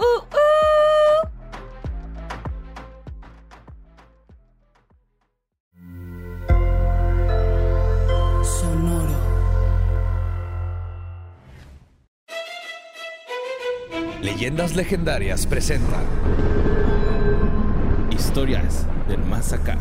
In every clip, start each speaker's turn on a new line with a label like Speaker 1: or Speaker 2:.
Speaker 1: Ooh, ooh.
Speaker 2: Leyendas Legendarias presenta
Speaker 3: Historias del más acá.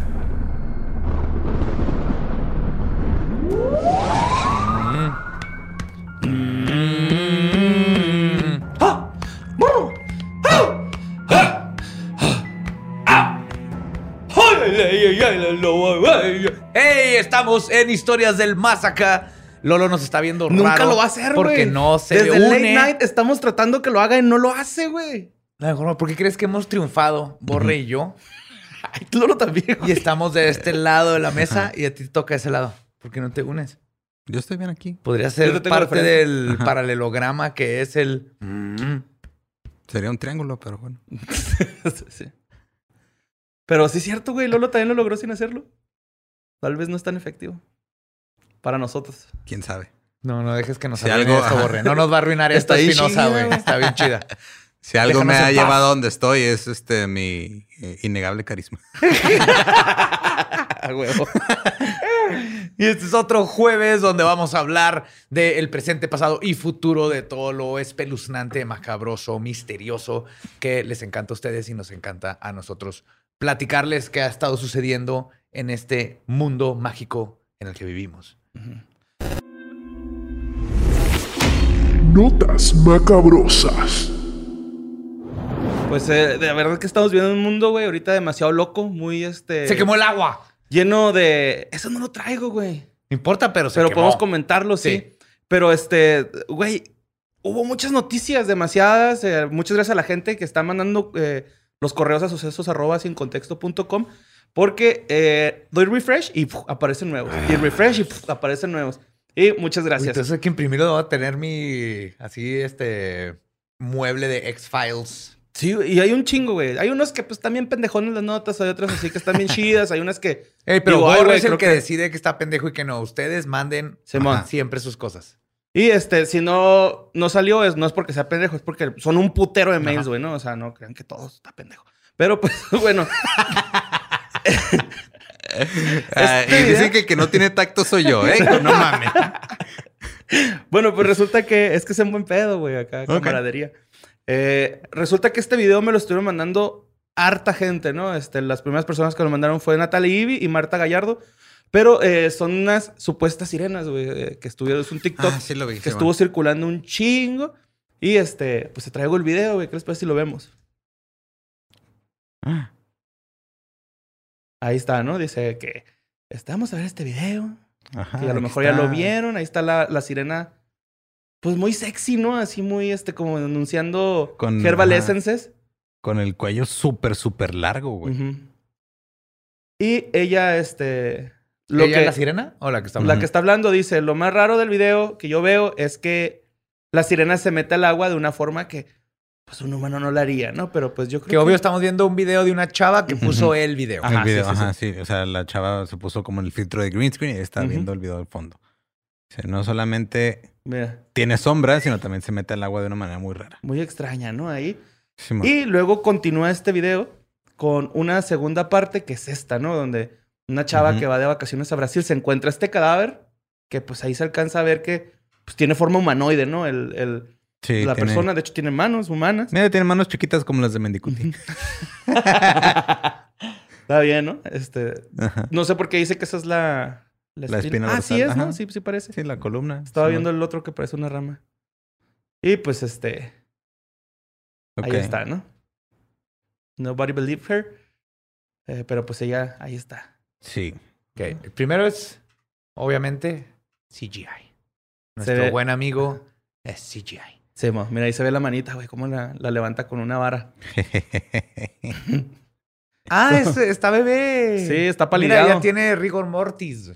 Speaker 2: ¡Hey! Estamos en Historias del Más Acá. Lolo nos está viendo
Speaker 4: Nunca
Speaker 2: raro
Speaker 4: lo va a hacer, güey.
Speaker 2: Porque no se
Speaker 4: Desde
Speaker 2: une.
Speaker 4: late night estamos tratando que lo haga y no lo hace, güey.
Speaker 2: La mejor forma, ¿Por qué crees que hemos triunfado, Borre y yo?
Speaker 4: Ay, Lolo también.
Speaker 2: Y estamos de este lado de la mesa y a ti te toca ese lado. ¿Por qué no te unes?
Speaker 3: Yo estoy bien aquí.
Speaker 2: Podría
Speaker 4: te
Speaker 2: ser
Speaker 4: tengo
Speaker 2: parte
Speaker 4: referencia. Mm.
Speaker 2: del paralelograma que es el...
Speaker 3: Sería un triángulo, pero bueno.
Speaker 4: Pero sí es cierto, güey. Lolo también lo logró sin hacerlo. Tal vez no es tan efectivo. Para nosotros.
Speaker 3: ¿Quién sabe?
Speaker 2: No, no dejes que nos
Speaker 3: Si
Speaker 2: arruine
Speaker 3: algo-
Speaker 2: esto,
Speaker 3: ajá.
Speaker 2: Borre. No nos va a arruinar esta
Speaker 3: Está bien
Speaker 2: espinosa,
Speaker 3: chida,
Speaker 2: güey.
Speaker 3: güey.
Speaker 2: Está bien chida.
Speaker 3: Si algo
Speaker 2: Déjanos
Speaker 3: me ha
Speaker 2: en paz.
Speaker 3: llevado a donde estoy es este mi eh, innegable carisma.
Speaker 2: A huevo. y este es otro jueves donde vamos a hablar del presente, pasado y futuro de todo lo espeluznante, macabroso, misterioso que les encanta a ustedes y nos encanta a nosotros platicarles qué ha estado sucediendo en este mundo mágico en el que vivimos.
Speaker 5: Notas macabrosas.
Speaker 4: Pues eh, de verdad que estamos viendo un mundo, güey, ahorita demasiado loco, muy este.
Speaker 2: Se quemó el agua.
Speaker 4: Lleno de. Eso no lo traigo, güey.
Speaker 2: No importa, pero se
Speaker 4: Pero
Speaker 2: quemó.
Speaker 4: podemos comentarlo, sí.
Speaker 2: Sí.
Speaker 4: Pero este, güey, hubo muchas noticias, demasiadas. eh, muchas gracias a la gente que está mandando eh, los correos a sucesos arroba sin contexto punto com, Porque eh, doy refresh y puf, aparecen nuevos. Y refresh y puf, aparecen nuevos. Y muchas
Speaker 2: Ah. Uy,
Speaker 4: gracias.
Speaker 2: Entonces hay que imprimirlo va a tener mi así este mueble de X-Files.
Speaker 4: Sí, y hay un chingo, güey. Hay unos que pues también pendejones las notas, hay otras así que están bien chidas, hay unas que...
Speaker 2: Ey, pero
Speaker 4: Digo, ay,
Speaker 2: Borre
Speaker 4: güey,
Speaker 2: es el
Speaker 4: creo
Speaker 2: que,
Speaker 4: que-
Speaker 2: decide que está pendejo y que no. Ustedes manden
Speaker 4: Simón.
Speaker 2: ajá, siempre sus cosas.
Speaker 4: Y este, si no, no salió, es, no es porque sea pendejo, es porque son un putero de mails,
Speaker 2: Ajá.
Speaker 4: güey, ¿no? O sea, no crean que todo está pendejo. Pero pues, bueno,
Speaker 3: Ah,
Speaker 4: Este
Speaker 2: ¿eh?
Speaker 3: y dicen
Speaker 4: video-
Speaker 3: que el que no tiene tacto soy yo, ¿eh? No mames.
Speaker 4: bueno, pues resulta que es que es un buen pedo, güey, acá, camaradería. Eh, resulta que este video me lo estuvieron mandando harta gente, ¿no? Este, las primeras personas que lo mandaron fue Natalia Ibi y Marta Gallardo. Pero eh, son unas supuestas sirenas, güey, eh, que estuvieron, es un TikTok
Speaker 3: Ah, sí lo vi.
Speaker 4: que
Speaker 3: sí,
Speaker 4: estuvo
Speaker 3: bueno.
Speaker 4: circulando un chingo. Y este, pues te traigo el video, güey, ¿qué les parece si lo vemos? Ahí está, ¿no? Dice que estamos a ver este video.
Speaker 3: Ajá,
Speaker 4: que a lo
Speaker 3: aquí
Speaker 4: mejor ya
Speaker 3: Ah, está.
Speaker 4: lo vieron. Ahí está la, la sirena. Pues muy sexy, ¿no? Así muy, este, como anunciando
Speaker 3: Con-
Speaker 4: Herbal
Speaker 3: ajá.
Speaker 4: Essences.
Speaker 3: Con el cuello súper, súper largo, güey.
Speaker 4: Ujú. Y ella, este... Lo
Speaker 2: ¿Ella
Speaker 4: que,
Speaker 2: la sirena o la que está
Speaker 4: la
Speaker 3: Ujú.
Speaker 4: que está hablando dice, lo más raro del video que yo veo es que la sirena se mete al agua de una forma que pues un humano no la haría, ¿no? Pero pues yo creo
Speaker 2: Que obvio estamos viendo un video de una chava que puso
Speaker 3: Ujú.
Speaker 2: el video. Ah,
Speaker 3: el video, ajá, sí, O sea, la chava se puso como el filtro de green screen y está
Speaker 4: Ujú.
Speaker 3: viendo el video al fondo. O sea, no solamente
Speaker 4: Mira,
Speaker 3: tiene sombra, sino también se mete al agua de una manera muy rara.
Speaker 4: muy extraña, ¿no? Ahí.
Speaker 3: Simón.
Speaker 4: Y luego continúa este video con una segunda parte que es esta, ¿no? Donde una chava
Speaker 3: Ujú.
Speaker 4: que va de vacaciones a Brasil se encuentra este cadáver que pues ahí se alcanza a ver que pues tiene forma humanoide, ¿no? El, el-
Speaker 3: Sí,
Speaker 4: la
Speaker 3: tiene-
Speaker 4: persona, de hecho, tiene manos humanas.
Speaker 3: Mira, tiene manos chiquitas como las de Mendicuti.
Speaker 4: Está bien, ¿no? Este,
Speaker 3: Ajá.
Speaker 4: No sé por qué dice que esa es la...
Speaker 3: La espina
Speaker 4: Ah, sí
Speaker 3: dorsal,
Speaker 4: es, ¿no?
Speaker 3: ajá.
Speaker 4: Sí, sí parece.
Speaker 3: Sí, la columna.
Speaker 4: Estaba
Speaker 3: Simón.
Speaker 4: viendo el otro que parece una rama. Y pues este...
Speaker 3: Ok.
Speaker 4: Ahí está, ¿no? Nobody believed her. Eh, pero pues ella... Ahí está.
Speaker 3: Sí.
Speaker 2: Ok, El primero es, obviamente, CGI. Nuestro
Speaker 4: ve-
Speaker 2: buen amigo es CGI.
Speaker 4: Sí, mo, mira, ahí se ve la manita, güey. Cómo la, la levanta con una vara.
Speaker 2: Ah, es, está bebé.
Speaker 4: Sí, está
Speaker 2: Mira,
Speaker 4: palidado.
Speaker 2: ya tiene rigor mortis.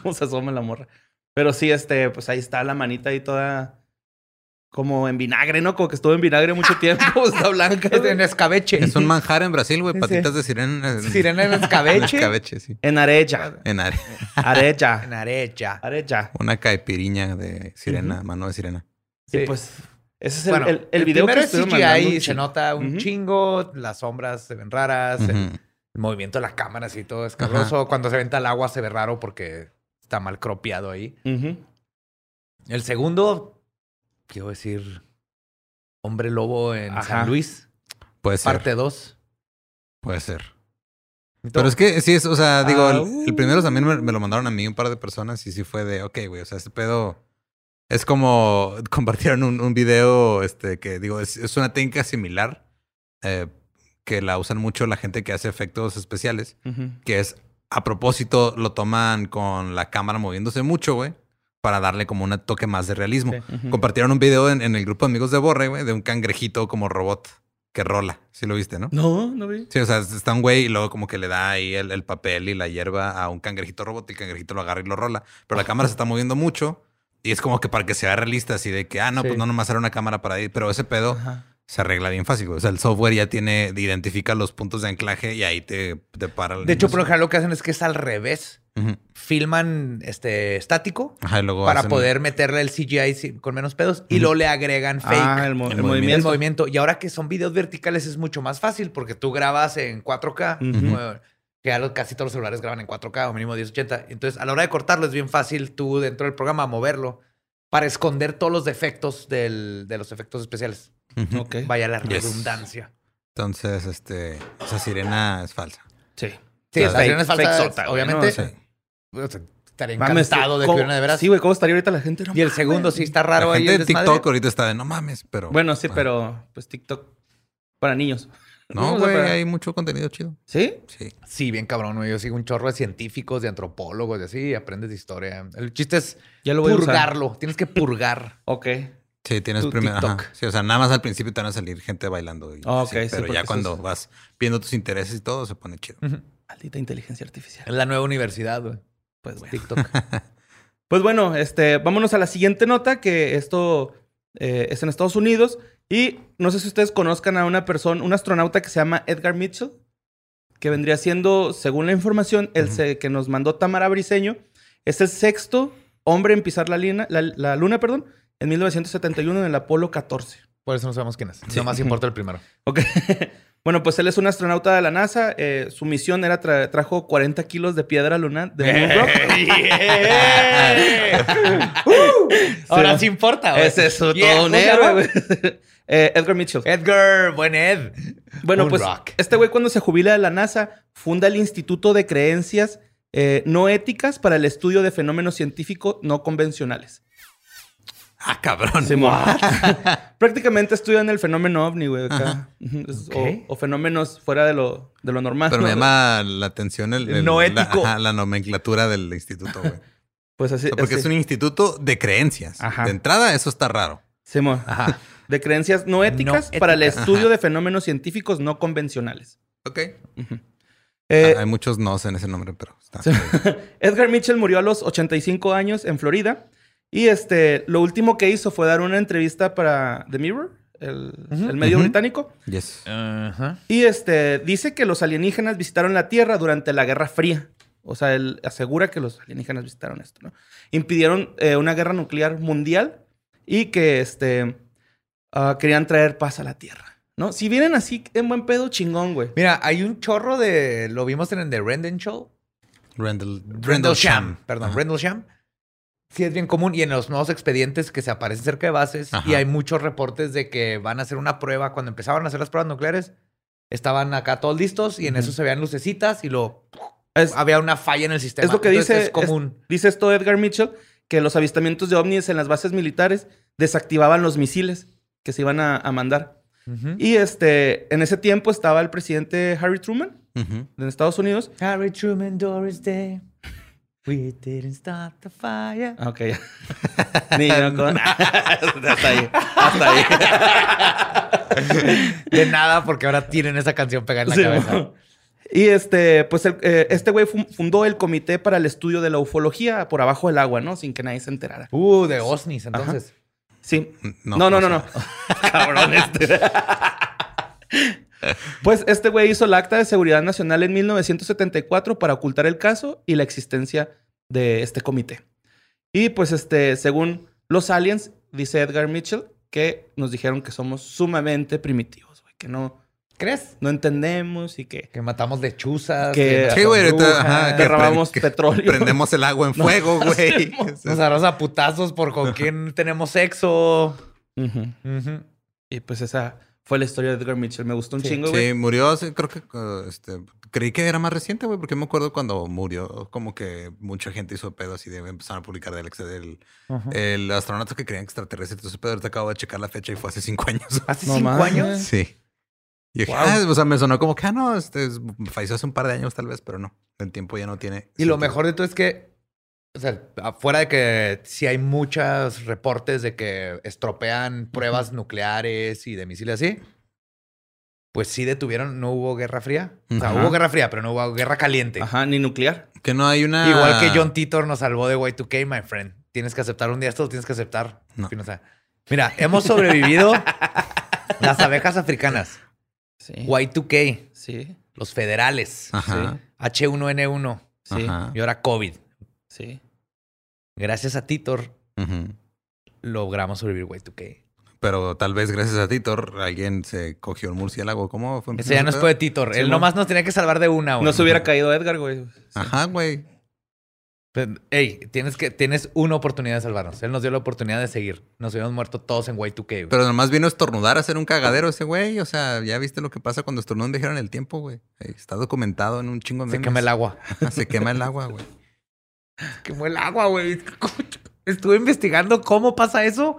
Speaker 4: cómo se asoma la morra. Pero sí, este, pues ahí está la manita ahí toda como en vinagre, ¿no? Como que estuvo en vinagre mucho tiempo, está blanca.
Speaker 2: Es
Speaker 4: güey.
Speaker 2: en escabeche.
Speaker 3: Es un manjar en Brasil, güey.
Speaker 4: Sí, sí.
Speaker 3: Patitas de sirena. en-
Speaker 2: Sirena en
Speaker 3: en
Speaker 2: escabeche.
Speaker 3: escabeche, sí.
Speaker 4: En areja.
Speaker 3: En are-
Speaker 2: En
Speaker 4: Areja.
Speaker 2: arecha.
Speaker 4: Areja.
Speaker 3: Una caipiriña de sirena, mano de sirena.
Speaker 4: Sí.
Speaker 2: Sí.
Speaker 4: pues ese es el,
Speaker 2: Bueno,
Speaker 4: el- el video
Speaker 2: primero
Speaker 4: que
Speaker 2: es
Speaker 4: estuvieron
Speaker 2: CGI,
Speaker 4: mandando un
Speaker 2: se
Speaker 4: chingo.
Speaker 2: nota un
Speaker 4: Ujú.
Speaker 2: chingo, las sombras se ven raras, el
Speaker 3: Ujú.
Speaker 2: el movimiento de las cámaras y todo escabroso. Cuando se venta el agua se ve raro porque está mal cropiado ahí.
Speaker 4: Ujú.
Speaker 2: El segundo, quiero decir, Hombre Lobo en
Speaker 4: Ajá.
Speaker 2: San Luis,
Speaker 3: Puede ser.
Speaker 2: parte 2.
Speaker 3: Puede ser. Pero es que sí es, o
Speaker 4: Ah,
Speaker 3: sea, digo, el,
Speaker 4: uh.
Speaker 3: el primero también me, me lo mandaron a mí un par de personas y sí fue de, ok, güey, o sea, este pedo es como compartieron un, un video, este, que digo, es, es una técnica similar eh, que la usan mucho la gente que hace efectos especiales,
Speaker 4: Ujú.
Speaker 3: que es a propósito lo toman con la cámara moviéndose mucho, güey, para darle como un toque más de realismo.
Speaker 4: Sí. Ujú.
Speaker 3: Compartieron un video en, en el grupo de amigos de Borre, güey, de un cangrejito como robot que rola, si lo viste, ¿no?
Speaker 4: No, no vi.
Speaker 3: Sí, o sea, está un güey y luego como que le da ahí el, el papel y la hierba a un cangrejito robot y el cangrejito lo agarra y lo rola. Pero la cámara se está moviendo mucho y es como que para que se vea realista, así de que, ah, no,
Speaker 4: Sí.
Speaker 3: pues no nomás era una cámara para ahí. Pero ese pedo
Speaker 4: Ajá.
Speaker 3: se arregla bien fácil. güey. O sea, el software ya tiene, identifica los puntos de anclaje y ahí te, te para. el-
Speaker 2: De hecho, por ejemplo, lo que hacen es que es al revés.
Speaker 3: Ujú.
Speaker 2: Filman este estático
Speaker 3: Ajá, y luego
Speaker 2: para
Speaker 3: hacen-
Speaker 2: poder meterle el CGI sin- con menos pedos y
Speaker 3: Ujú.
Speaker 2: luego le agregan fake.
Speaker 4: Ah, el, mo-
Speaker 3: El
Speaker 4: el
Speaker 2: el
Speaker 4: movimiento.
Speaker 2: movimiento. Y ahora que son videos verticales es mucho más fácil porque tú grabas en 4K,
Speaker 4: Ujú.
Speaker 2: como que ya los- casi todos los celulares graban en 4K o mínimo 1080. Entonces, a la hora de cortarlo es bien fácil tú dentro del programa moverlo para esconder todos los defectos del- de los efectos especiales.
Speaker 3: Ujú.
Speaker 4: Ok.
Speaker 2: Vaya la
Speaker 3: Yes.
Speaker 2: redundancia.
Speaker 3: Entonces, este, esa sirena es falsa.
Speaker 4: Sí.
Speaker 2: Sí,
Speaker 3: Claro.
Speaker 2: la acción es
Speaker 4: Fake-
Speaker 2: falsa,
Speaker 4: fake sota, güey,
Speaker 2: obviamente.
Speaker 4: ¿no? Sí.
Speaker 2: O sea, estaría
Speaker 4: Mames,
Speaker 2: encantado de que
Speaker 4: ¿cómo-
Speaker 2: hubiera de veras.
Speaker 4: Sí, güey, ¿cómo estaría ahorita la gente? No
Speaker 2: y el
Speaker 4: mames.
Speaker 2: segundo sí está raro
Speaker 3: la
Speaker 2: ahí.
Speaker 3: gente
Speaker 2: el
Speaker 3: de
Speaker 2: desmadre.
Speaker 3: TikTok ahorita está de, no mames, pero...
Speaker 4: Bueno, sí, pero pues TikTok para niños.
Speaker 3: No,
Speaker 4: o sea,
Speaker 3: güey,
Speaker 4: para-
Speaker 3: hay mucho contenido chido.
Speaker 4: ¿Sí?
Speaker 3: Sí.
Speaker 2: Sí, bien cabrón. güey. Yo sigo un chorro de científicos, de antropólogos y así, y aprendes de historia. El chiste es
Speaker 4: Ya lo voy a usar.
Speaker 2: purgarlo. Tienes que purgar.
Speaker 4: Ok.
Speaker 3: Sí, tienes
Speaker 2: tu
Speaker 3: primero. ajá.
Speaker 2: TikTok.
Speaker 3: Sí, o sea, nada más al principio te van a salir gente bailando. Y,
Speaker 4: Ah, ok,
Speaker 3: así,
Speaker 4: sí,
Speaker 3: pero
Speaker 4: porque
Speaker 3: ya
Speaker 4: eso
Speaker 3: cuando
Speaker 4: es-
Speaker 3: vas viendo tus intereses y todo, se pone chido.
Speaker 4: Maldita inteligencia artificial.
Speaker 2: Es la nueva universidad, güey.
Speaker 4: Pues bueno.
Speaker 2: TikTok.
Speaker 4: Pues bueno, este, vámonos a la siguiente nota, que esto eh, es en Estados Unidos. Y no sé si ustedes conozcan a una persona, un astronauta que se llama Edgar Mitchell, que vendría siendo, según la información, el se- que nos mandó Tamara Briseño, es el sexto hombre en pisar la, lina- la- la luna perdón, en 1971 en el Apolo 14.
Speaker 2: Por eso no sabemos quién es. No más importa el primero.
Speaker 4: Ok. Bueno, pues él es un astronauta de la NASA. eh, su misión era tra- trajo 40 kilos de piedra lunar de Moon Rock.
Speaker 2: Ahora
Speaker 4: va.
Speaker 2: sí importa, güey.
Speaker 4: Ese es
Speaker 2: Yeah,
Speaker 4: todo un
Speaker 2: ¿cómo se
Speaker 4: héroe,
Speaker 2: llama?
Speaker 4: güey. Eh, Edgar Mitchell.
Speaker 2: Edgar, buen Ed.
Speaker 4: Bueno,
Speaker 2: Moon
Speaker 4: pues
Speaker 2: Rock.
Speaker 4: este güey cuando se jubila de la NASA funda el Instituto de Creencias eh, No Éticas para el Estudio de Fenómenos Científicos No Convencionales.
Speaker 3: Ah, cabrón.
Speaker 4: Prácticamente estudian el fenómeno ovni, güey. acá. Ujú, es- o-
Speaker 2: Ok.
Speaker 4: o, fenómenos fuera de lo, de lo normal.
Speaker 3: Pero me
Speaker 4: ¿no?
Speaker 3: llama la atención el, el-
Speaker 2: No
Speaker 3: la-
Speaker 2: ético.
Speaker 3: ajá, La, nomenclatura del instituto, güey. O sea,
Speaker 4: Pues así.
Speaker 3: porque
Speaker 4: así.
Speaker 3: es un instituto de creencias.
Speaker 4: Ajá.
Speaker 3: De entrada, eso está raro.
Speaker 4: Simón.
Speaker 3: Ah.
Speaker 2: Ajá.
Speaker 4: de creencias no éticas
Speaker 2: No
Speaker 4: para el
Speaker 2: éticas.
Speaker 4: estudio de fenómenos científicos no convencionales.
Speaker 3: Ok.
Speaker 4: Ujú. Eh,
Speaker 3: Ah, hay muchos nos en ese nombre, pero está.
Speaker 4: Sí. Edgar Mitchell murió a los 85 años en Florida y este, lo último que hizo fue dar una entrevista para The Mirror, el, el medio
Speaker 3: Ujú.
Speaker 4: británico,
Speaker 3: Yes.
Speaker 2: Ajá.
Speaker 4: y este, dice que los alienígenas visitaron la Tierra durante la Guerra Fría. O sea, él asegura que los alienígenas visitaron esto, ¿no? Impidieron eh, una guerra nuclear mundial y que este, ah, querían traer paz a la Tierra, ¿no? Si vienen así en buen pedo, chingón, güey.
Speaker 2: Mira, hay un chorro de. Lo vimos en el The Rendon Show.
Speaker 3: Randall,
Speaker 2: Rendell Sham. Perdón,
Speaker 3: Ajá.
Speaker 2: Rendell Sham. Sí, es bien común. Y en los nuevos expedientes que se aparecen cerca de bases,
Speaker 3: Ajá.
Speaker 2: y hay muchos reportes de que van a hacer una prueba. Cuando empezaban a hacer las pruebas nucleares, estaban acá todos listos y en eso se veían lucecitas y lo
Speaker 4: Es-
Speaker 2: había una falla en el sistema.
Speaker 4: Es lo que
Speaker 2: Entonces,
Speaker 4: dice,
Speaker 2: Es común.
Speaker 4: es- dice esto Edgar Mitchell, que los avistamientos de ovnis en las bases militares desactivaban los misiles que se iban a, a mandar.
Speaker 2: Ujú.
Speaker 4: Y este, en ese tiempo estaba el presidente Harry Truman
Speaker 3: Ujú.
Speaker 4: de Estados Unidos.
Speaker 2: Harry Truman, Doris Day. We didn't start the fire.
Speaker 4: Ah, ok. Niño con- hasta ahí. Hasta ahí.
Speaker 2: De nada, porque ahora tienen esa canción pegada en la
Speaker 4: Ah, Sí,
Speaker 2: cabeza.
Speaker 4: mo. Y este, pues el- eh, este güey fun- fundó el Comité para el Estudio de la Ufología por abajo del agua, ¿no? Sin que nadie se enterara.
Speaker 2: Uh, de Osnis, entonces.
Speaker 4: Sí.
Speaker 2: Mm,
Speaker 3: No,
Speaker 4: No, no, no, no.
Speaker 3: no
Speaker 4: Cabrón este. pues este güey hizo el Acta de Seguridad Nacional en 1974 para ocultar el caso y la existencia de este comité. Y pues este, según los aliens, dice Edgar Mitchell, que nos dijeron que somos sumamente primitivos, güey, que no,
Speaker 2: ¿Crees?
Speaker 4: no entendemos y que...
Speaker 2: Que matamos lechuzas.
Speaker 4: Que-
Speaker 2: nos
Speaker 3: Sí, güey, ahorita,
Speaker 2: embrujan,
Speaker 3: ajá,
Speaker 4: que
Speaker 3: pre-
Speaker 4: robamos petróleo.
Speaker 3: Prendemos el agua en fuego, güey.
Speaker 2: Nos agarramos a putazos por con quién tenemos sexo.
Speaker 4: Ujú.
Speaker 2: Ujú.
Speaker 4: Y pues esa fue la historia de Edgar Mitchell. Me gustó un
Speaker 2: Sí.
Speaker 4: chingo, güey.
Speaker 3: Sí, murió, hace- creo que eh, este, creí que era más reciente, güey, porque me acuerdo cuando murió, como que mucha gente hizo pedo así de empezaron a publicar del, ex- del
Speaker 2: Ajá.
Speaker 3: el astronauta que creían extraterrestre. Entonces, pedo, ahorita acabo de checar la fecha y fue hace cinco años.
Speaker 2: Hace
Speaker 4: No
Speaker 2: cinco
Speaker 4: mames.
Speaker 2: años.
Speaker 3: Sí. Y dije, ah, o sea, me sonó como que, ah, no, este, es- falleció hace un par de años tal vez, pero no. El tiempo ya no tiene.
Speaker 2: Y lo
Speaker 3: sentido.
Speaker 2: mejor de todo es que, o sea, afuera de que sí hay muchos reportes de que estropean pruebas nucleares y de misiles así, pues sí detuvieron, no hubo guerra fría. O sea,
Speaker 3: Ajá.
Speaker 2: hubo guerra fría, pero no hubo guerra caliente.
Speaker 4: Ajá, ni nuclear.
Speaker 3: Que no hay una.
Speaker 2: Igual que John Titor nos salvó de Y2K, my friend. Tienes que aceptar un día esto, lo tienes que aceptar.
Speaker 3: No.
Speaker 2: O sea, mira, hemos sobrevivido las abejas africanas,
Speaker 4: Sí.
Speaker 2: Y2K,
Speaker 4: Sí.
Speaker 2: los federales,
Speaker 3: Ajá.
Speaker 2: H1N1
Speaker 4: Sí.
Speaker 3: Ajá.
Speaker 2: y ahora COVID.
Speaker 4: Sí.
Speaker 2: Ah, Gracias a Titor
Speaker 3: Ujú.
Speaker 2: logramos sobrevivir Y2K.
Speaker 3: Pero tal vez gracias a Titor alguien se cogió un murciélago. ¿Cómo fue?
Speaker 2: Ese ya no es fue de Titor.
Speaker 4: Sí,
Speaker 2: Él
Speaker 4: mo.
Speaker 2: nomás nos tenía que salvar de una. güey.
Speaker 4: No se hubiera caído Edgar, güey.
Speaker 3: Ajá, güey.
Speaker 2: Pero, Ey, tienes, que, tienes una oportunidad de salvarnos. Él nos dio la oportunidad de seguir. Nos hubiéramos muerto todos en Y2K. güey.
Speaker 3: Pero nomás vino a estornudar a hacer un cagadero ese güey. O sea, ya viste lo que pasa cuando estornudan dejaron el tiempo, güey. Ahí Está documentado en un chingo de
Speaker 2: Se
Speaker 3: memes.
Speaker 2: quema el agua.
Speaker 3: Ajá, Se quema el agua, güey.
Speaker 2: quemó el agua, güey. Estuve investigando cómo pasa eso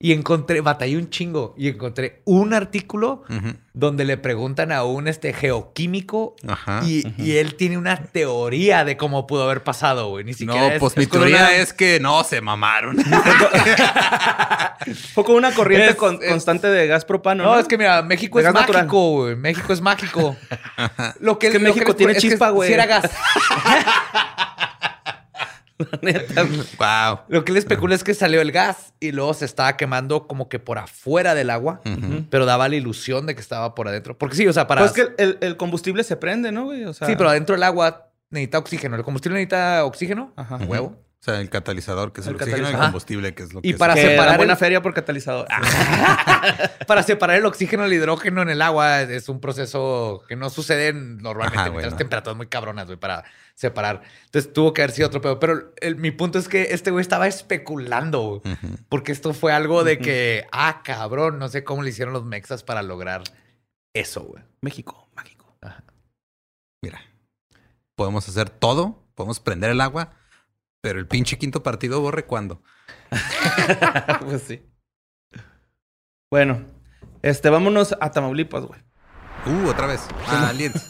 Speaker 2: y encontré, batallé un chingo y encontré un artículo
Speaker 3: Ujú.
Speaker 2: donde le preguntan a un este geoquímico
Speaker 3: Ajá.
Speaker 2: y, y él tiene una teoría de cómo pudo haber pasado, güey. Ni siquiera
Speaker 3: No,
Speaker 2: es-
Speaker 3: pues mi
Speaker 2: con
Speaker 3: teoría
Speaker 2: una-
Speaker 3: es que no se mamaron.
Speaker 4: Fue con una corriente
Speaker 2: Es-
Speaker 4: con-
Speaker 2: es-
Speaker 4: constante de gas propano.
Speaker 2: No, es que mira, México
Speaker 4: De
Speaker 2: es
Speaker 4: gas natural.
Speaker 2: mágico, güey. México es mágico. Lo que,
Speaker 4: Es que
Speaker 2: lo
Speaker 4: México
Speaker 2: les-
Speaker 4: tiene
Speaker 2: es que
Speaker 4: chispa, güey.
Speaker 2: sí era gas.
Speaker 4: neta.
Speaker 3: wow.
Speaker 2: Lo que él especula es que salió el gas y luego se estaba quemando como que por afuera del agua, pero daba la ilusión de que estaba por adentro. Porque sí, o sea, para.
Speaker 4: Pues es que el, el combustible se prende, ¿no, güey? O sea,
Speaker 2: Sí, pero adentro del agua necesita oxígeno. El combustible necesita oxígeno.
Speaker 4: Ajá.
Speaker 2: Huevo.
Speaker 3: O sea, el catalizador, que es el,
Speaker 4: El
Speaker 3: oxígeno, el
Speaker 2: catalizador.
Speaker 3: combustible, que es lo
Speaker 2: Y
Speaker 3: que
Speaker 2: para
Speaker 3: se-
Speaker 4: Que
Speaker 2: separar
Speaker 4: da buena
Speaker 2: el-
Speaker 4: feria por catalizador. Ah,
Speaker 2: Para separar el oxígeno del hidrógeno en el agua es un proceso que no sucede normalmente.
Speaker 3: Ajá,
Speaker 2: mientras
Speaker 3: bueno.
Speaker 2: las temperaturas muy cabronas, güey, para separar. Entonces tuvo que haber sido otro pedo. Pero el- mi punto es que este güey estaba especulando, güey.
Speaker 3: Ujú.
Speaker 2: Porque esto fue algo de que, ah, cabrón, no sé cómo le hicieron los mexas para lograr eso, güey.
Speaker 4: México, mágico.
Speaker 3: Mira, podemos hacer todo, podemos prender el agua, pero el pinche quinto partido borre cuando.
Speaker 4: pues sí. Bueno, este, vámonos a Tamaulipas, güey.
Speaker 3: Uh, otra vez. Ah, Aliens.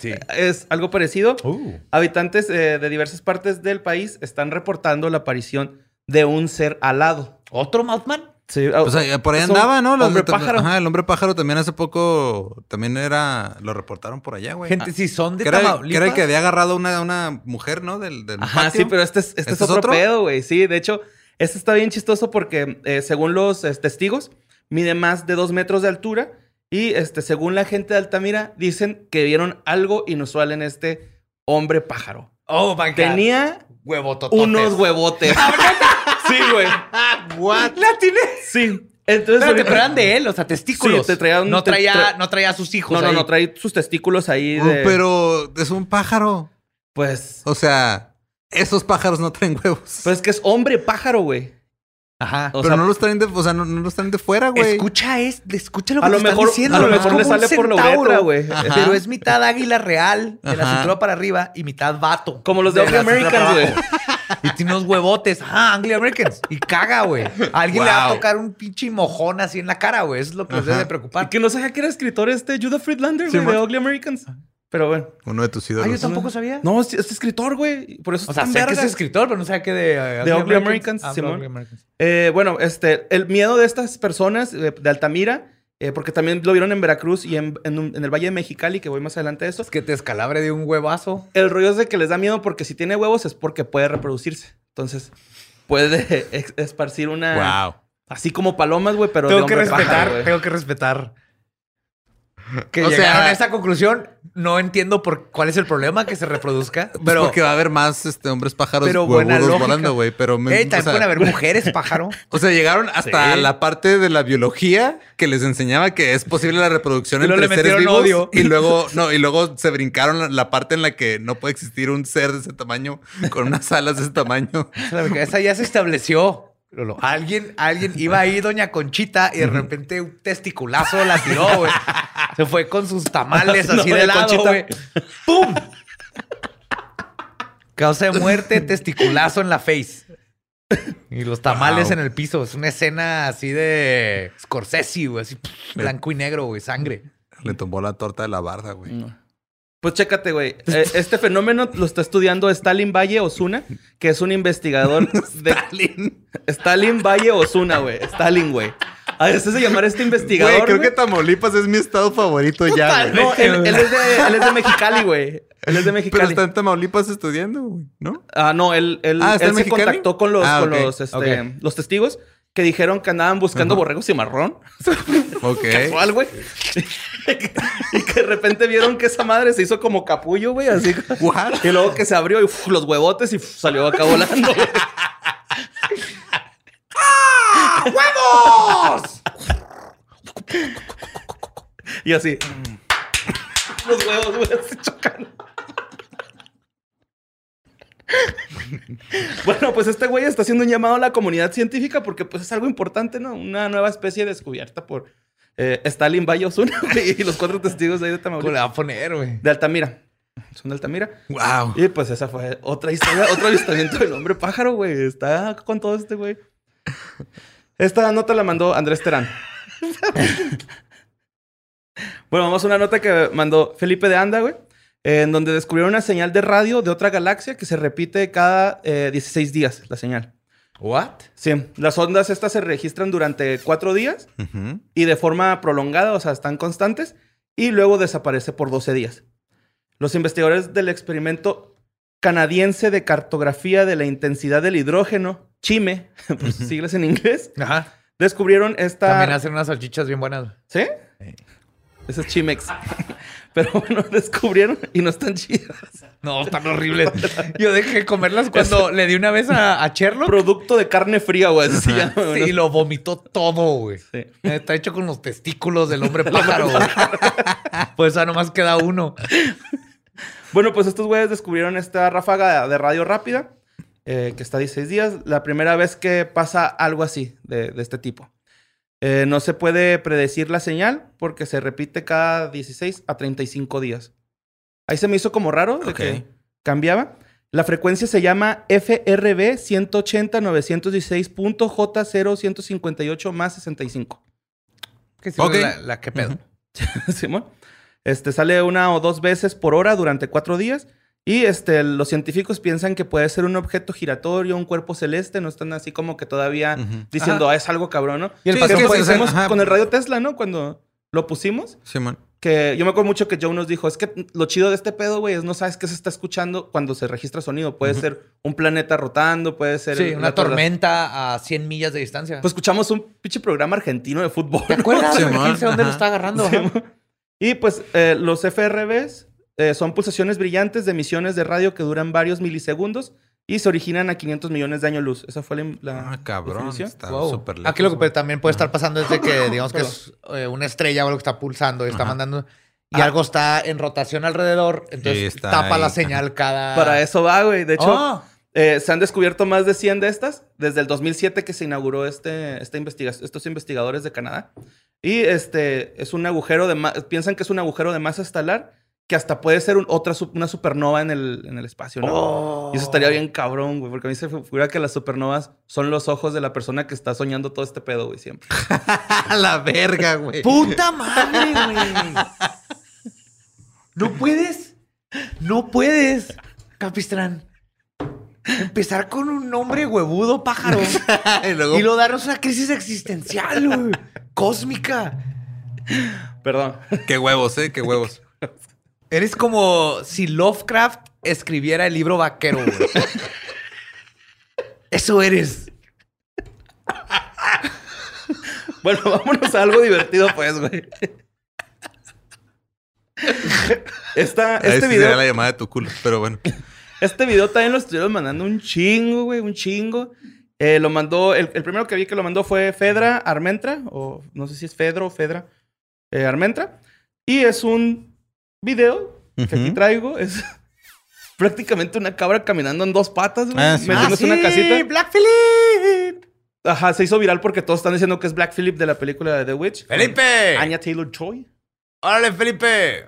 Speaker 2: Sí.
Speaker 4: Es algo parecido.
Speaker 2: Uh.
Speaker 4: Habitantes eh, de diversas partes del país están reportando la aparición de un ser alado.
Speaker 2: ¿Otro Mothman?
Speaker 4: Sí,
Speaker 3: O sea, eh, por ahí
Speaker 4: es un
Speaker 3: andaba, ¿no? Los-
Speaker 4: hombre pájaro.
Speaker 3: Ajá, el hombre pájaro también hace poco, también era, lo reportaron por allá, güey.
Speaker 2: Gente, si son
Speaker 3: Ah,
Speaker 2: de
Speaker 3: que era, que
Speaker 2: Tamaulipas.
Speaker 3: era el que había agarrado una, una mujer, ¿no? Del, del
Speaker 4: Ajá,
Speaker 3: patio.
Speaker 4: sí, pero este es, este es otro, pedo, güey. Sí, de hecho, este está bien chistoso porque eh, según los eh, testigos, mide más de dos metros de altura y este, según la gente de Altamira, dicen que vieron algo inusual en este hombre pájaro.
Speaker 2: Oh, my God.
Speaker 4: Tenía
Speaker 2: huevo
Speaker 4: unos huevotes. sí, güey.
Speaker 2: What? La tiene.
Speaker 4: Sí.
Speaker 2: Pero
Speaker 4: Entonces,
Speaker 2: te
Speaker 4: ahorita-
Speaker 2: traían de él, o sea, testículos.
Speaker 4: Sí, te traían-
Speaker 2: no,
Speaker 4: te-
Speaker 2: traía,
Speaker 4: tra-
Speaker 2: no traía a sus hijos.
Speaker 4: No, no,
Speaker 2: ahí.
Speaker 4: no, trae sus testículos ahí
Speaker 3: Oh,
Speaker 4: de...
Speaker 3: Pero es un pájaro.
Speaker 4: Pues,
Speaker 3: O sea, esos pájaros no traen huevos.
Speaker 4: pues es que es hombre pájaro, güey.
Speaker 2: Ajá.
Speaker 4: O
Speaker 3: pero
Speaker 4: sea,
Speaker 3: no los traen de, o sea, no, no los traen de fuera, güey.
Speaker 2: Escucha, es, escucha lo que
Speaker 4: a lo
Speaker 2: te están
Speaker 4: mejor,
Speaker 2: diciendo.
Speaker 4: a lo
Speaker 2: es
Speaker 4: mejor
Speaker 2: como
Speaker 4: le
Speaker 2: un
Speaker 4: sale por la
Speaker 2: centauro,
Speaker 4: uretra, güey.
Speaker 3: Ajá.
Speaker 2: Pero es mitad águila real, de la
Speaker 3: Ajá.
Speaker 2: cintura para arriba, y mitad vato.
Speaker 4: Como los de Ugly
Speaker 2: la cintura
Speaker 4: Americans,
Speaker 2: para
Speaker 4: güey.
Speaker 2: abajo. Y tiene unos huevotes. Ah, Angry Americans. Y caga, güey. A alguien le va a
Speaker 3: Wow.
Speaker 2: tocar un pinche mojón así en la cara, güey. Eso es lo que les
Speaker 3: Ajá.
Speaker 2: debe de
Speaker 4: Y
Speaker 2: preocupar.
Speaker 4: que no sabía que era escritor este Judah Friedlander,
Speaker 3: Sí,
Speaker 4: güey, de
Speaker 3: man.
Speaker 4: Ugly Americans. Pero bueno.
Speaker 3: Uno de tus
Speaker 2: Ah, yo
Speaker 3: ídolos.
Speaker 2: tampoco sabía.
Speaker 4: No, es, es escritor, güey. Por eso
Speaker 2: O
Speaker 4: es
Speaker 2: sea,
Speaker 4: tan
Speaker 2: sé que es
Speaker 4: verga.
Speaker 2: escritor, pero no sabía que de... eh,
Speaker 4: De Ugly Americans,
Speaker 2: Ah, de
Speaker 4: Simón.
Speaker 2: Ugly Americans.
Speaker 4: Eh, bueno, este, el miedo de estas personas eh, de Altamira eh, porque también lo vieron en Veracruz y en, en un- en el Valle de Mexicali, que voy más adelante de esto.
Speaker 2: Es que te escalabre de un huevazo.
Speaker 4: El rollo es de que les da miedo porque si tiene huevos es porque puede reproducirse. Entonces, puede ex- esparcir una...
Speaker 3: Wow.
Speaker 4: Así como palomas, güey, pero de
Speaker 2: Tengo que
Speaker 4: hombre pájaro,
Speaker 2: respetar,
Speaker 4: güey.
Speaker 2: tengo que respetar. Que
Speaker 3: O sea-
Speaker 2: llegaron a esta conclusión, no entiendo por cuál es el problema que se reproduzca,
Speaker 3: Pero,
Speaker 2: pero,
Speaker 3: porque va a haber más este, hombres pájaros
Speaker 2: pero buena
Speaker 3: huevudos
Speaker 2: lógica.
Speaker 3: volando, güey. Pero me-
Speaker 2: Eh,
Speaker 3: o
Speaker 2: también
Speaker 3: sea,
Speaker 2: pueden haber mujeres, pájaro.
Speaker 3: O sea, llegaron hasta
Speaker 2: Sí.
Speaker 3: la parte de la biología que les enseñaba que es posible la reproducción
Speaker 2: Y luego
Speaker 3: entre
Speaker 2: le
Speaker 3: seres vivos
Speaker 2: metieron odio.
Speaker 3: y luego no y luego se brincaron la, la parte en la que no puede existir un ser de ese tamaño con unas alas de ese tamaño.
Speaker 2: Esa ya se estableció. Lolo. Alguien, alguien iba ahí, doña Conchita, y de repente un testiculazo la tiró, güey. Se fue con sus tamales así
Speaker 4: No,
Speaker 2: de
Speaker 4: de
Speaker 2: lado,
Speaker 4: Conchita.
Speaker 2: güey. ¡Pum! Causa de muerte, testiculazo en la face. Y los tamales
Speaker 3: Wow.
Speaker 2: en el piso. Es una escena así de Scorsese, güey. Así pff, blanco y negro, güey. Sangre.
Speaker 3: Le tomó la torta de la barda, güey.
Speaker 4: Pues chécate, güey. Eh, este fenómeno lo está estudiando Stalin Valle Osuna, que es un investigador de. Stalin. Stalin Valle Osuna, güey. Stalin, güey. A veces se llamar este investigador.
Speaker 3: Güey, creo
Speaker 4: güey.
Speaker 3: que Tamaulipas es mi estado favorito ya, güey.
Speaker 4: No, él, él es de, él es de Mexicali, güey. Él es de
Speaker 3: Pero
Speaker 4: Mexicali.
Speaker 3: está en Tamaulipas estudiando, güey, ¿no?
Speaker 4: Ah, no, él, él,
Speaker 3: Ah, ¿está
Speaker 4: él
Speaker 3: en
Speaker 4: se
Speaker 3: Mexicali?
Speaker 4: contactó con los,
Speaker 3: Ah,
Speaker 4: con
Speaker 3: ok,
Speaker 4: los, este,
Speaker 3: ok.
Speaker 4: los testigos que dijeron que andaban buscando borregos y marrón.
Speaker 3: Ok.
Speaker 4: casual, güey. y que de repente vieron que esa madre se hizo como capullo, güey, así.
Speaker 3: What?
Speaker 4: Y luego que se abrió y uf, los huevotes y uf, salió acá volando. güey. y así. los huevos, güey, se chocan. Bueno, pues este güey está haciendo un llamado a la comunidad científica porque pues es algo importante, ¿no? Una nueva especie descubierta por eh, Stalin Valle Osuna güey, y los cuatro testigos de ahí de
Speaker 2: ¿Cómo le
Speaker 4: Tamaulipas.
Speaker 2: va a poner, güey?
Speaker 4: De Altamira. Son de Altamira.
Speaker 3: Wow.
Speaker 4: Y pues esa fue otra historia, otro avistamiento del hombre pájaro, güey. Está con todo este güey. Esta nota la mandó Andrés Terán. bueno, vamos a una nota que mandó Felipe de Anda, güey. En donde descubrieron una señal de radio de otra galaxia que se repite cada eh, 16 días, la señal.
Speaker 2: ¿What?
Speaker 4: Sí, las ondas estas se registran durante cuatro días
Speaker 3: Ujú.
Speaker 4: y de forma prolongada, o sea, están constantes, y luego desaparece por 12 días. Los investigadores del experimento canadiense de cartografía de la intensidad del hidrógeno, CHIME, por sus siglas en inglés,
Speaker 2: Ajá.
Speaker 4: descubrieron esta...
Speaker 2: También hacen unas salchichas bien buenas.
Speaker 4: ¿Sí? Ese es Chimex. Pero bueno, descubrieron y no están chidas.
Speaker 2: No, están horribles. Yo dejé de comerlas cuando le di una vez a, a Sherlock
Speaker 4: Producto de carne fría, güey. así se llama,
Speaker 2: sí,
Speaker 4: güey,
Speaker 2: y
Speaker 4: ¿no?
Speaker 2: lo vomitó todo, güey.
Speaker 4: Sí.
Speaker 2: Está hecho con los testículos del hombre pájaro, güey. Pues ya nomás queda uno.
Speaker 4: Bueno, pues estos güeyes descubrieron esta ráfaga de radio rápida, eh, que está 16 días. La primera vez que pasa algo así, de, de este tipo. Eh, no se puede predecir la señal porque se repite cada 16 a 35 días. Ahí se me hizo como raro de que
Speaker 3: Ok.
Speaker 4: cambiaba. La frecuencia se llama FRB 180-916.J0158 más 65.
Speaker 2: Que sí,
Speaker 3: Ok.
Speaker 2: la, la que pedo.
Speaker 4: Simón. Este sale una o dos veces por hora durante cuatro días. Y este, los científicos piensan que puede ser un objeto giratorio, un cuerpo celeste. No están así como que todavía
Speaker 3: Ujú.
Speaker 4: diciendo, ah, es algo cabrón, ¿no?
Speaker 2: Y el
Speaker 4: Sí,
Speaker 2: patrón
Speaker 4: que
Speaker 3: puede ser,
Speaker 4: hicimos
Speaker 3: ajá.
Speaker 4: con el radio Tesla, ¿no? Cuando lo pusimos.
Speaker 3: Simón.
Speaker 2: Ah,
Speaker 3: Ah,
Speaker 4: Que yo me acuerdo mucho que Joe nos dijo, es que lo chido de este pedo, güey, es no sabes qué se está escuchando cuando se registra sonido. Puede ser un planeta rotando, puede ser...
Speaker 2: Sí, una
Speaker 4: la torre-
Speaker 2: tormenta a 100 millas de distancia.
Speaker 4: Pues escuchamos un pinche programa argentino de fútbol.
Speaker 2: ¿Te acuerdas?
Speaker 3: Sí,
Speaker 2: güey?
Speaker 3: man.
Speaker 2: ¿Quién sabe dónde lo
Speaker 3: Ajá.
Speaker 2: está agarrando?
Speaker 4: Sí,
Speaker 2: ajá?
Speaker 4: mo- y pues eh, los FRBs eh, son pulsaciones brillantes de emisiones de radio que duran varios milisegundos y se originan a 500 millones de años luz. Esa fue la, la
Speaker 3: Ah, cabrón.
Speaker 4: definición.
Speaker 3: Está
Speaker 2: Wow.
Speaker 3: súper lejos.
Speaker 2: Aquí lo que puede- también puede estar pasando es de que digamos que es eh, una estrella o algo que está pulsando y está
Speaker 3: Ajá.
Speaker 2: mandando y algo está en rotación alrededor, entonces
Speaker 3: Y está
Speaker 2: tapa la
Speaker 3: ahí.
Speaker 2: señal cada
Speaker 4: Para eso va, güey. De hecho,
Speaker 3: Oh.
Speaker 2: Ah.
Speaker 4: eh, se han descubierto más de 100 de estas desde el 2007 que se inauguró este, esta investiga- estos investigadores de Canadá. Y este es un agujero de... ma- Piensan que es un agujero de masa estelar que hasta puede ser un- otra, sup- una supernova en el, en el espacio, ¿no? Y eso estaría bien cabrón, güey, porque a mí se me figura que las supernovas son los ojos de la persona que está soñando todo este pedo, güey, siempre.
Speaker 3: A la verga, güey.
Speaker 2: ¡Puta madre, güey! No puedes, no puedes, Capistrán. Empezar con un nombre huevudo pájaro
Speaker 3: y luego
Speaker 2: y lo darnos una crisis existencial, güey, cósmica.
Speaker 4: Perdón.
Speaker 3: Qué huevos, ¿eh? Qué huevos.
Speaker 2: Eres como si Lovecraft escribiera el libro vaquero. güey. Eso eres.
Speaker 4: Bueno, vámonos a algo divertido, pues, güey. Esta,
Speaker 3: Ahí
Speaker 4: este,
Speaker 3: sí
Speaker 4: video,
Speaker 3: sería la llamada de tu culo, pero bueno.
Speaker 4: este video también lo estuvieron mandando un chingo, güey, un chingo. Eh, lo mandó, el, el primero que vi que lo mandó fue Fedra Armentra, o no sé si es Fedro o Fedra eh, Armentra. Y es un video que aquí
Speaker 3: Ujú.
Speaker 4: traigo, es prácticamente una cabra caminando en dos patas, güey,
Speaker 3: Ah, sí.
Speaker 4: metiéndose en una casita.
Speaker 2: Black Philip.
Speaker 4: Ajá, se hizo viral porque todos están diciendo que es Black Phillip de la película de The Witch.
Speaker 2: Felipe.
Speaker 4: Anya Taylor-Joy.
Speaker 2: Órale, Felipe.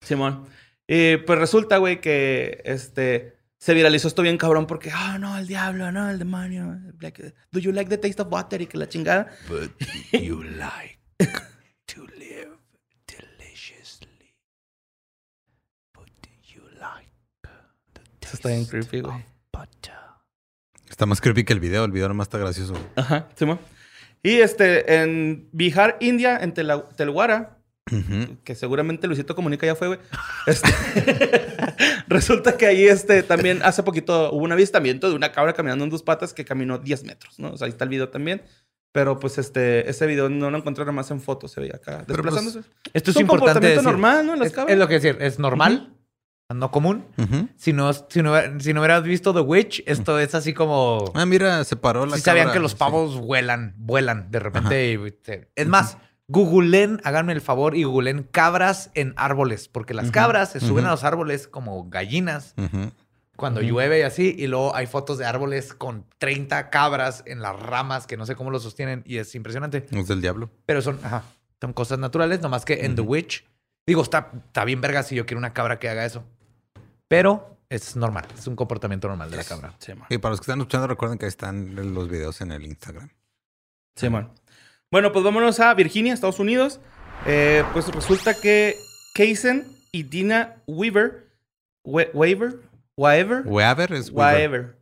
Speaker 4: Simón. Y pues resulta, güey, que este se viralizó esto bien cabrón porque, ah, no, el diablo, no, el demonio. Black- Do you like the taste of water? Y que la chingada.
Speaker 2: You like to live deliciously. But do you like
Speaker 4: Eso está bien creepy, güey.
Speaker 2: butter?
Speaker 3: Está más creepy que el video. El video nomás está gracioso.
Speaker 4: Ajá, Simón. Y este, en Bihar, India, en Tela- Telguara,
Speaker 3: Ujú.
Speaker 4: que seguramente Luisito Comunica ya fue, güey. Este, resulta que ahí este, también hace poquito hubo un avistamiento de una cabra caminando en dos patas que caminó 10 metros, ¿no? O sea, ahí está el video también. Pero pues este, ese video no lo encontraron más en fotos, se veía acá
Speaker 3: Pero, pues,
Speaker 4: desplazándose.
Speaker 2: Esto es
Speaker 4: un
Speaker 2: importante.
Speaker 4: comportamiento
Speaker 2: decir.
Speaker 4: normal, ¿no? En las
Speaker 2: es,
Speaker 4: cabras.
Speaker 2: es lo que decir, es normal, no común.
Speaker 3: Ujú.
Speaker 2: Si no, si, no, si no hubieras visto The Witch, esto es así como.
Speaker 3: Mm. Ah, mira, se paró la
Speaker 2: Si sabían
Speaker 3: cabra.
Speaker 2: que los
Speaker 3: Sí.
Speaker 2: pavos vuelan, vuelan de repente. y, te- es más, googleen, háganme el favor y googleen cabras en árboles, porque las cabras se suben a
Speaker 3: Ujú.
Speaker 2: los árboles como gallinas
Speaker 3: Ujú.
Speaker 2: cuando llueve y así, y luego hay fotos de árboles con 30 cabras en las ramas que no sé cómo lo sostienen y es impresionante.
Speaker 3: Los del diablo.
Speaker 2: Pero son, ajá, son cosas naturales, nomás que en The Witch, digo, está, está bien verga si yo quiero una cabra que haga eso. Pero es normal, es un comportamiento normal de la cabra.
Speaker 4: Sí, man.
Speaker 3: Y para los que están escuchando, recuerden que ahí están los videos en el Instagram.
Speaker 4: Sí, man. Bueno, pues vámonos a Virginia, Estados Unidos. Eh, pues resulta que Kaysen y Dina Weaver, We- Weaver, Weaver,
Speaker 3: Weaver es Weaver.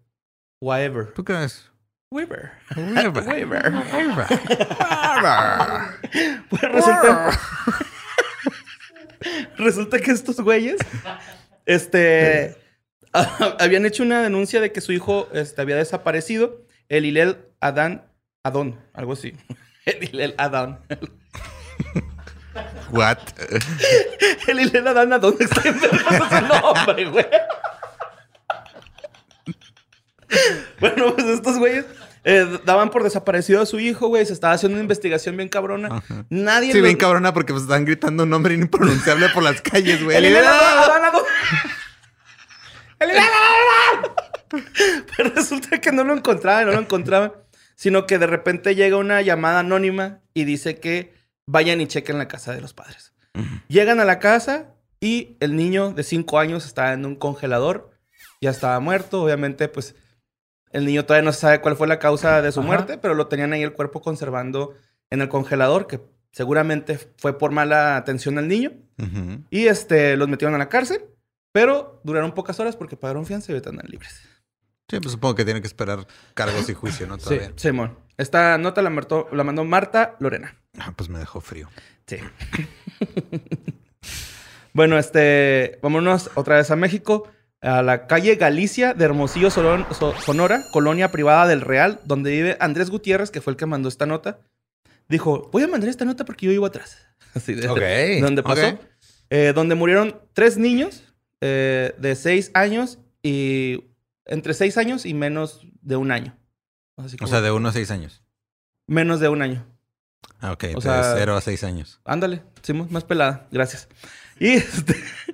Speaker 4: Weaver, Weaver,
Speaker 3: ¿Tú crees?
Speaker 4: Weaver.
Speaker 3: Weaver.
Speaker 4: Weaver.
Speaker 3: Weaver.
Speaker 4: Pues resulta, resulta que estos güeyes este, a- habían hecho una denuncia de que su hijo este, había desaparecido. El Hilel Adán, Adón, algo así. El Hilel Adán.
Speaker 3: What?
Speaker 4: El Hilel Adán Adón. Está enfermo ese nombre, güey. Bueno, pues estos güeyes eh, daban por desaparecido a su hijo, güey. Se estaba haciendo una investigación bien cabrona.
Speaker 3: Ajá.
Speaker 4: Nadie
Speaker 3: Sí,
Speaker 4: lo-
Speaker 3: bien cabrona porque pues están gritando un nombre impronunciable por las calles, güey.
Speaker 4: El Hilel Adán Adán Adón.
Speaker 2: ¡El helado!
Speaker 4: Pero resulta que no lo encontraban, no lo encontraban. Sino que de repente llega una llamada anónima y dice que vayan y chequen la casa de los padres. Llegan a la casa y el niño de 5 años estaba en un congelador. Ya estaba muerto. Obviamente, pues el niño todavía no se sabe cuál fue la causa de su
Speaker 2: Ajá.
Speaker 4: muerte, pero lo tenían ahí el cuerpo conservando en el congelador, que seguramente fue por mala atención al niño.
Speaker 3: Ujú.
Speaker 4: Y este, los metieron a la cárcel, pero duraron pocas horas porque pagaron fianza y ahorita andan libres.
Speaker 3: Sí, pues supongo que tienen que esperar cargos y juicio, ¿no?
Speaker 4: Sí,
Speaker 3: Todavía.
Speaker 4: Simón. Esta nota la, martó- la mandó Marta Lorena.
Speaker 3: Ah, pues me dejó frío.
Speaker 4: Sí. bueno, este, vámonos otra vez a México, a la calle Galicia de Hermosillo, Solón- So- Sonora, colonia privada del Real, donde vive Andrés Gutiérrez, que fue el que mandó esta nota. Dijo, voy a mandar esta nota porque yo iba atrás. Así de,
Speaker 2: Ok,
Speaker 4: donde pasó.
Speaker 3: ok.
Speaker 4: Eh, donde murieron tres niños eh, de seis años y entre seis años y menos de un año. Así
Speaker 3: O
Speaker 4: como-
Speaker 3: sea, de 1 a 6 años.
Speaker 4: Menos de un año.
Speaker 3: Ah, ok.
Speaker 4: O
Speaker 3: pues
Speaker 4: sea-
Speaker 3: de 0 a 6 años.
Speaker 4: Pues, Ándale, Simón, más pelada. Gracias. Y este,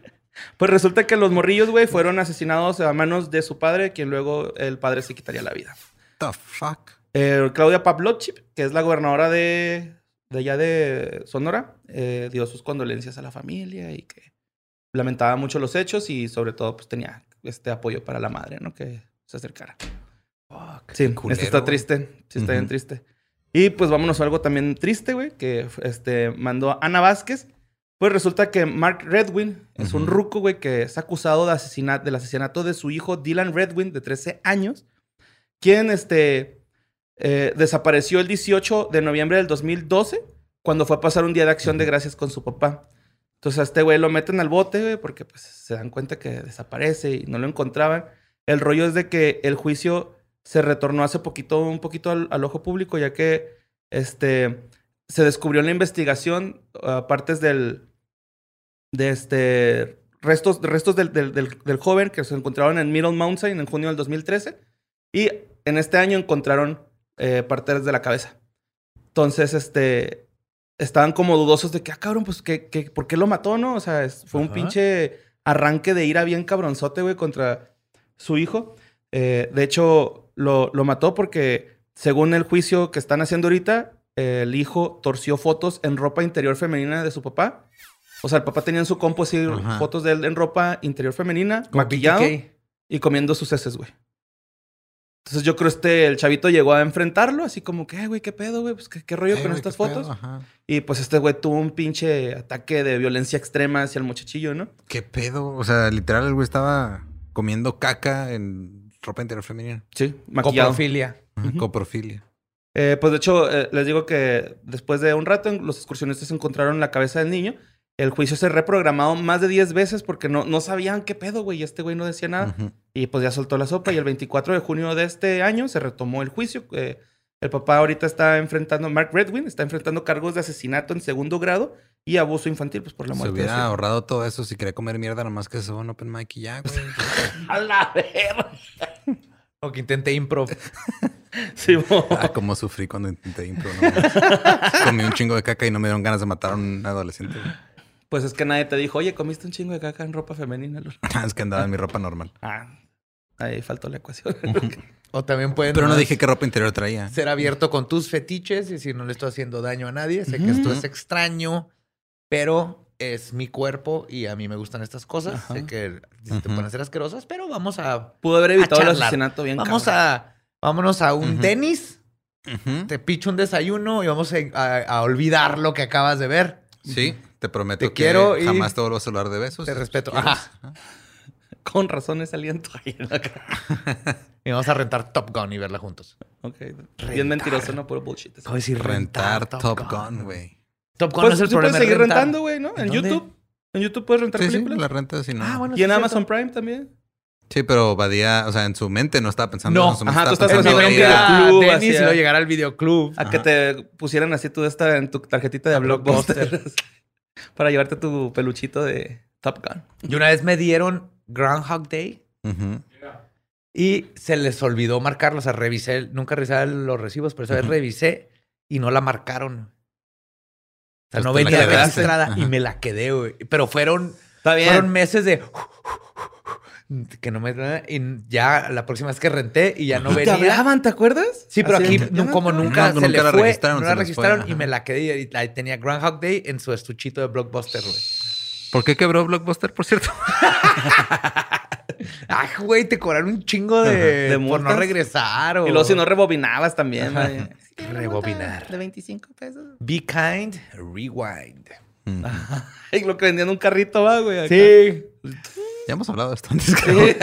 Speaker 4: pues resulta que los morrillos, güey, fueron asesinados a manos de su padre, quien luego el padre se quitaría la vida.
Speaker 3: The fuck.
Speaker 4: Eh, Claudia Pavlovchik, que es la gobernadora de, de allá de Sonora, eh, dio sus condolencias a la familia y que lamentaba mucho los hechos y sobre todo pues tenía este apoyo para la madre, ¿no? Que se acercara. sí,
Speaker 3: Ah, culero,
Speaker 4: esto está
Speaker 3: güey.
Speaker 4: triste. Sí, está bien
Speaker 3: Ujú.
Speaker 4: triste. Y pues vámonos a algo también triste, güey, que este, mandó Ana Vázquez. Pues resulta que Mark Redwin es un
Speaker 3: Ujú.
Speaker 4: ruco, güey, que es acusado de asesina- del asesinato de su hijo Dylan Redwin, de 13 años, quien este, eh, desapareció el 18 de noviembre del 2012 cuando fue a pasar un día de acción de gracias con su papá. Entonces a este güey lo meten al bote, güey, porque pues se dan cuenta que desaparece y no lo encontraban. El rollo es de que el juicio se retornó hace poquito, un poquito al, al ojo público, ya que este, se descubrió en la investigación ah, partes del, de este restos, restos del, del, del- del joven que se encontraron en Middle Mountain en junio del 2013 y en este año encontraron eh, partes de la cabeza. Entonces, este, estaban como dudosos de que, ah, cabrón, pues, ¿qué, qué, por qué lo mató, no? O sea, es- fue un
Speaker 6: Ajá.
Speaker 4: pinche arranque de ira bien cabronzote, güey, contra su hijo. Eh, de hecho, lo, lo mató porque, según el juicio que están haciendo ahorita, eh, el hijo torció fotos en ropa interior femenina de su papá. O sea, el papá tenía en su compu así
Speaker 3: Ajá.
Speaker 4: fotos de él en ropa interior femenina,
Speaker 2: Como
Speaker 4: maquillado
Speaker 2: BTK.
Speaker 4: y comiendo sus heces, güey. Entonces yo creo este, el chavito llegó a enfrentarlo, así como que, "Eh, güey, qué pedo, güey, pues qué, qué rollo
Speaker 3: Eh,
Speaker 4: con
Speaker 3: güey,
Speaker 4: estas
Speaker 3: qué pedo,
Speaker 4: fotos.
Speaker 3: ajá.
Speaker 4: Y pues este güey tuvo un pinche ataque de violencia extrema hacia el muchachillo, ¿no?
Speaker 3: ¿Qué pedo? O sea, literal, el güey estaba comiendo caca en ropa interior femenina.
Speaker 4: Sí, maquillado.
Speaker 2: Coprofilia.
Speaker 3: Ajá,
Speaker 4: Ujú.
Speaker 3: Coprofilia.
Speaker 4: Eh, pues de hecho, eh, les digo que después de un rato, en- los excursionistas encontraron la cabeza del niño. El juicio se reprogramó más de 10 veces porque no, no sabían qué pedo, güey. Y este güey no decía nada.
Speaker 3: Ujú.
Speaker 4: Y pues ya soltó la sopa y el 24 de junio de este año se retomó el juicio. Eh, el papá ahorita está enfrentando, Mark Redwin está enfrentando cargos de asesinato en segundo grado y abuso infantil, pues por la
Speaker 3: Se
Speaker 4: muerte. de
Speaker 3: hubiera
Speaker 4: su-
Speaker 3: ahorrado todo eso si quería comer mierda, nomás que se va a un open mic y ya, güey.
Speaker 2: O que intenté improv.
Speaker 4: Sí, bo.
Speaker 3: Ah, cómo sufrí cuando intenté impro. no mames. Comí un chingo de caca y no me dieron ganas de matar a un adolescente. güey.
Speaker 4: pues es que nadie te dijo, oye, comiste un chingo de caca en ropa femenina. Lolo?"
Speaker 3: Es que andaba en mi ropa normal.
Speaker 4: Ah, ahí faltó la ecuación.
Speaker 2: O también pueden.
Speaker 3: Pero no
Speaker 2: nomás
Speaker 3: dije qué ropa interior traía.
Speaker 2: Ser abierto con tus fetiches y si no le estoy haciendo daño a nadie. Sé que esto es extraño, pero es mi cuerpo y a mí me gustan estas cosas. Sé que se te
Speaker 3: Ujú.
Speaker 2: pueden ser asquerosas, pero vamos a.
Speaker 4: Pudo haber evitado
Speaker 2: A
Speaker 4: el
Speaker 2: charlar.
Speaker 4: asesinato bien
Speaker 2: Vamos
Speaker 4: cabrón.
Speaker 2: a. Vámonos a un
Speaker 3: Ujú.
Speaker 2: tenis.
Speaker 3: Ujú.
Speaker 2: Te picho un desayuno y vamos a, a- a olvidar lo que acabas de ver.
Speaker 3: Sí, te prometo
Speaker 2: Te
Speaker 3: que
Speaker 2: quiero y-
Speaker 3: jamás te vuelvo a saludar de besos.
Speaker 2: Te respeto.
Speaker 3: ¿Quieres?
Speaker 2: Ajá.
Speaker 4: Con razón ese aliento ahí en la cara.
Speaker 2: Y vamos a rentar Top Gun y verla juntos.
Speaker 4: Ok. Bien mentiroso, no puro bullshit.
Speaker 2: ¿Cómo decir
Speaker 3: Rentar Top Gun, güey.
Speaker 2: Top Gun
Speaker 4: Pues,
Speaker 2: no es el
Speaker 4: sí
Speaker 2: problema.
Speaker 4: puedes
Speaker 2: es
Speaker 4: seguir
Speaker 2: rentar.
Speaker 4: rentando, güey, ¿no? En
Speaker 2: ¿Dónde?
Speaker 4: YouTube. En YouTube puedes rentar
Speaker 3: Sí, sí,
Speaker 4: películas.
Speaker 3: la renta, si no.
Speaker 2: Ah, bueno.
Speaker 4: Y en
Speaker 2: sí,
Speaker 4: Amazon
Speaker 2: cierto.
Speaker 4: Prime también.
Speaker 3: Sí, pero Badía, o sea, en su mente no estaba pensando
Speaker 2: No,
Speaker 3: en eso, su mente
Speaker 4: ajá, tú estás
Speaker 2: Es
Speaker 3: pensando
Speaker 4: pensando
Speaker 2: diferente
Speaker 4: ir
Speaker 3: en ir a-
Speaker 4: al
Speaker 2: a
Speaker 4: club,
Speaker 2: tenis
Speaker 4: así,
Speaker 2: y
Speaker 4: a-
Speaker 2: luego llegar al videoclub.
Speaker 4: A que te pusieran así tú esta en tu tarjetita de blockbuster para llevarte tu peluchito de Top Gun.
Speaker 2: Y una vez me dieron Groundhog Day
Speaker 3: Ujú.
Speaker 2: y se les olvidó marcarlo. O sea, revisé, nunca revisaba los recibos, pero esa vez revisé y no la marcaron. O sea,
Speaker 3: Pues
Speaker 2: no
Speaker 3: te la
Speaker 2: venía
Speaker 3: quedaste.
Speaker 2: registrada y
Speaker 3: Ajá.
Speaker 2: me la quedé, güey. Pero fueron,
Speaker 4: Está
Speaker 2: fueron meses de... Que no me... Y ya la próxima vez que renté y ya no
Speaker 4: ¿Te
Speaker 2: venía.
Speaker 4: hablaban, te acuerdas?
Speaker 2: Sí, pero
Speaker 4: Así,
Speaker 2: aquí
Speaker 4: ¿te
Speaker 2: nu- como
Speaker 4: hablaban?
Speaker 2: nunca
Speaker 3: No,
Speaker 2: se
Speaker 3: nunca
Speaker 2: le
Speaker 3: la
Speaker 2: fue,
Speaker 3: registraron,
Speaker 2: no
Speaker 3: se
Speaker 2: la
Speaker 3: les
Speaker 2: registraron
Speaker 3: fue,
Speaker 2: y
Speaker 3: ajá.
Speaker 2: me la quedé y ahí tenía Groundhog Day en su estuchito de Blockbuster, güey.
Speaker 3: ¿Por qué quebró Blockbuster, por cierto?
Speaker 2: Ay, güey, te cobraron un chingo de,
Speaker 4: ¿De
Speaker 2: por no
Speaker 4: multas?
Speaker 2: regresar o
Speaker 4: Y luego si no rebobinabas también. güey.
Speaker 2: rebobinar.
Speaker 4: De 25 pesos.
Speaker 2: Be kind, rewind.
Speaker 4: Y lo que vendían un carrito va, güey. acá.
Speaker 3: Ya hemos hablado de esto antes. creo.
Speaker 4: Sí.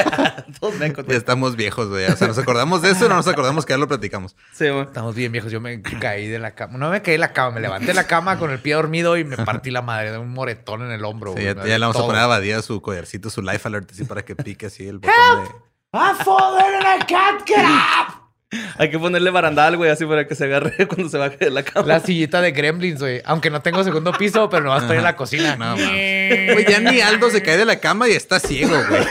Speaker 4: Todos mecos,
Speaker 3: Ya
Speaker 4: güey.
Speaker 3: estamos viejos, güey. O sea, nos acordamos de eso, no nos acordamos que ya lo platicamos.
Speaker 4: Sí, güey.
Speaker 2: Estamos bien viejos, yo me caí de la cama. No me caí de la cama, me levanté de la cama con el pie dormido y me partí la madre de un moretón en el hombro.
Speaker 3: Sí,
Speaker 2: güey.
Speaker 3: ya,
Speaker 2: Me
Speaker 3: ya
Speaker 2: dolió
Speaker 3: le vamos a
Speaker 2: Oh, todo.
Speaker 3: poner a Badía su collarcito, su life alert, así para que pique así el botón de...
Speaker 4: Hay que ponerle barandal, güey, así para que se agarre cuando se baje de la cama.
Speaker 2: La sillita de gremlins, güey. Aunque no tengo segundo piso, pero nomás estoy en la cocina.
Speaker 3: No, mames. Güey, ya ni Aldo se cae de la cama y está ciego, güey.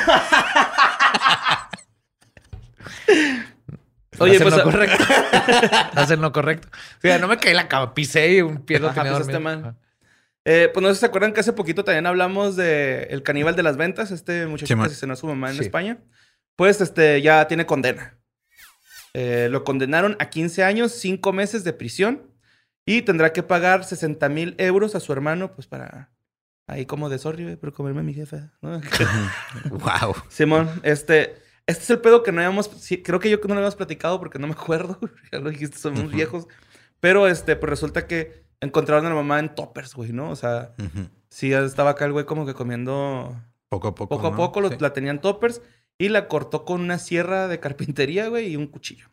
Speaker 4: Oye,
Speaker 2: Hacen
Speaker 4: pues...
Speaker 2: lo
Speaker 4: a-
Speaker 2: correcto. Hacen lo correcto. O sea, no me caí en la cama, pisé y un pie lo
Speaker 4: Ajá,
Speaker 2: tenía
Speaker 4: pues, este
Speaker 2: dormido.
Speaker 4: man. Eh, pues no sé si se acuerdan que hace poquito también hablamos de El Caníbal de las Ventas, este muchacho
Speaker 3: Simón.
Speaker 4: que asesinó a su mamá en
Speaker 2: Sí.
Speaker 4: España. Pues este ya tiene condena. Eh, lo condenaron a 15 años, 5 meses de prisión y tendrá que pagar 60 mil euros a su hermano, pues para ahí como de sorry, güey, pero comerme a mi jefa. ¿no?
Speaker 3: wow.
Speaker 4: Simón, este, este es el pedo que no habíamos, sí, creo que yo no lo habíamos platicado porque no me acuerdo, ya lo dijiste, somos
Speaker 3: Ujú.
Speaker 4: viejos, pero este, pues resulta que encontraron a la mamá en toppers, güey, ¿no? O sea, sí, ya estaba acá el güey como que comiendo
Speaker 3: Poco a poco.
Speaker 4: poco a
Speaker 3: ¿no?
Speaker 4: poco, lo-
Speaker 3: Sí.
Speaker 4: la tenían toppers y la cortó con una sierra de carpintería, güey, y un cuchillo.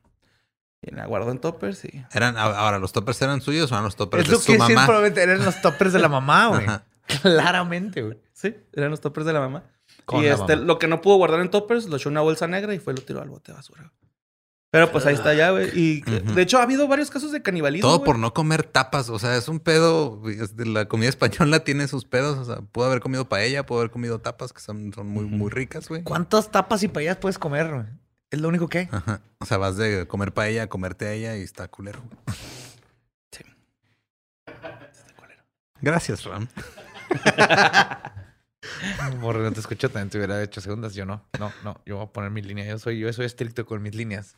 Speaker 4: Y la guardó en toppers y...
Speaker 3: Eran, a- ahora, ¿los toppers eran suyos o eran los toppers
Speaker 2: es
Speaker 3: Pues de
Speaker 2: lo
Speaker 3: su
Speaker 2: que siempre
Speaker 3: mamá?
Speaker 2: probablemente eran los toppers de la mamá, güey.
Speaker 3: Ajá.
Speaker 2: Claramente, güey.
Speaker 4: Sí, eran los toppers de la mamá.
Speaker 2: Con
Speaker 4: y
Speaker 2: la
Speaker 4: este,
Speaker 2: mamá.
Speaker 4: lo que no pudo guardar en toppers, lo echó en una bolsa negra y fue y lo tiró al bote de basura. Pero pues ahí está ya, güey. Y
Speaker 3: Ah, Ujú.
Speaker 4: de hecho ha habido varios casos de canibalismo.
Speaker 3: Todo
Speaker 4: güey.
Speaker 3: por no comer tapas. O sea, es un pedo. güey, es de La comida española tiene sus pedos. O sea, pudo haber comido paella, pudo haber comido tapas que son, son muy, muy ricas, güey.
Speaker 2: ¿Cuántas tapas y paellas puedes comer, güey? Es lo único que hay.
Speaker 3: Ajá. O sea, vas de comer paella a comerte a ella y está culero. güey.
Speaker 4: Sí. Está culero.
Speaker 3: Gracias, Ram.
Speaker 2: Borre, no te escucho, también te hubiera hecho segundas. Yo no, no, no. Yo voy a poner mi línea. Yo soy, yo soy estricto con mis líneas.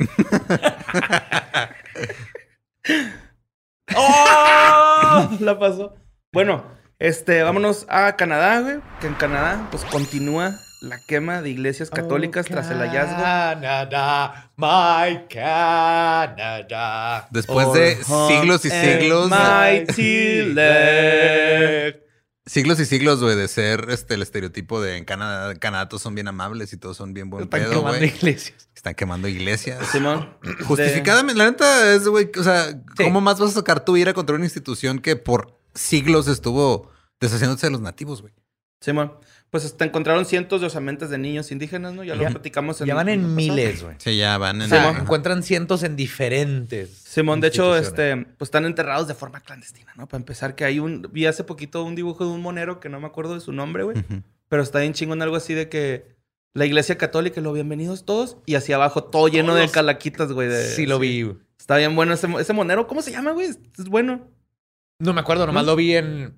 Speaker 4: ¡Oh! La pasó. Bueno, este, vámonos a Canadá, güey. Que en Canadá, pues continúa la quema de
Speaker 2: Oh,
Speaker 4: iglesias católicas tras el hallazgo.
Speaker 2: Canadá, Oh, my Canadá.
Speaker 3: Después de siglos y
Speaker 2: eh,
Speaker 3: siglos.
Speaker 4: Mighty Leg.
Speaker 3: Siglos y siglos, güey, de ser este el estereotipo de en Canadá, Canadá todos son bien amables y todos son bien buen
Speaker 2: Están
Speaker 3: pedo,
Speaker 2: quemando
Speaker 3: güey.
Speaker 2: iglesias.
Speaker 3: Están quemando iglesias.
Speaker 4: Simón.
Speaker 3: Justificadamente, la neta es, güey, o sea,
Speaker 2: Sí.
Speaker 3: ¿cómo más vas a sacar tu ira contra una institución que por siglos estuvo deshaciéndose de los nativos, güey?
Speaker 4: De- Simón. Pues hasta encontraron cientos de osamentas de niños indígenas, ¿no? Ya, lo
Speaker 2: Ya-
Speaker 4: platicamos en
Speaker 2: Ya van
Speaker 4: el
Speaker 2: en
Speaker 4: pasado.
Speaker 2: miles, güey.
Speaker 3: Sí, ya van
Speaker 2: O
Speaker 3: en...
Speaker 2: sea,
Speaker 3: ajá.
Speaker 2: encuentran cientos en diferentes.
Speaker 4: Simón, de hecho,
Speaker 2: instituciones.
Speaker 4: este, pues están enterrados de forma clandestina, ¿no? Para empezar, que hay un. Vi hace poquito un dibujo de un monero que no me acuerdo de su nombre,
Speaker 2: Mm.
Speaker 4: güey.
Speaker 3: Ujú.
Speaker 4: Pero está bien chingón algo así de que la iglesia católica, y lo bienvenidos todos. Y hacia abajo, todo lleno de calaquitas, güey. este, de-
Speaker 2: Sí, lo vi. güey.
Speaker 4: Está bien bueno ese, ese monero. ¿Cómo se llama, güey? Es es bueno.
Speaker 2: No me acuerdo, nomás lo vi en,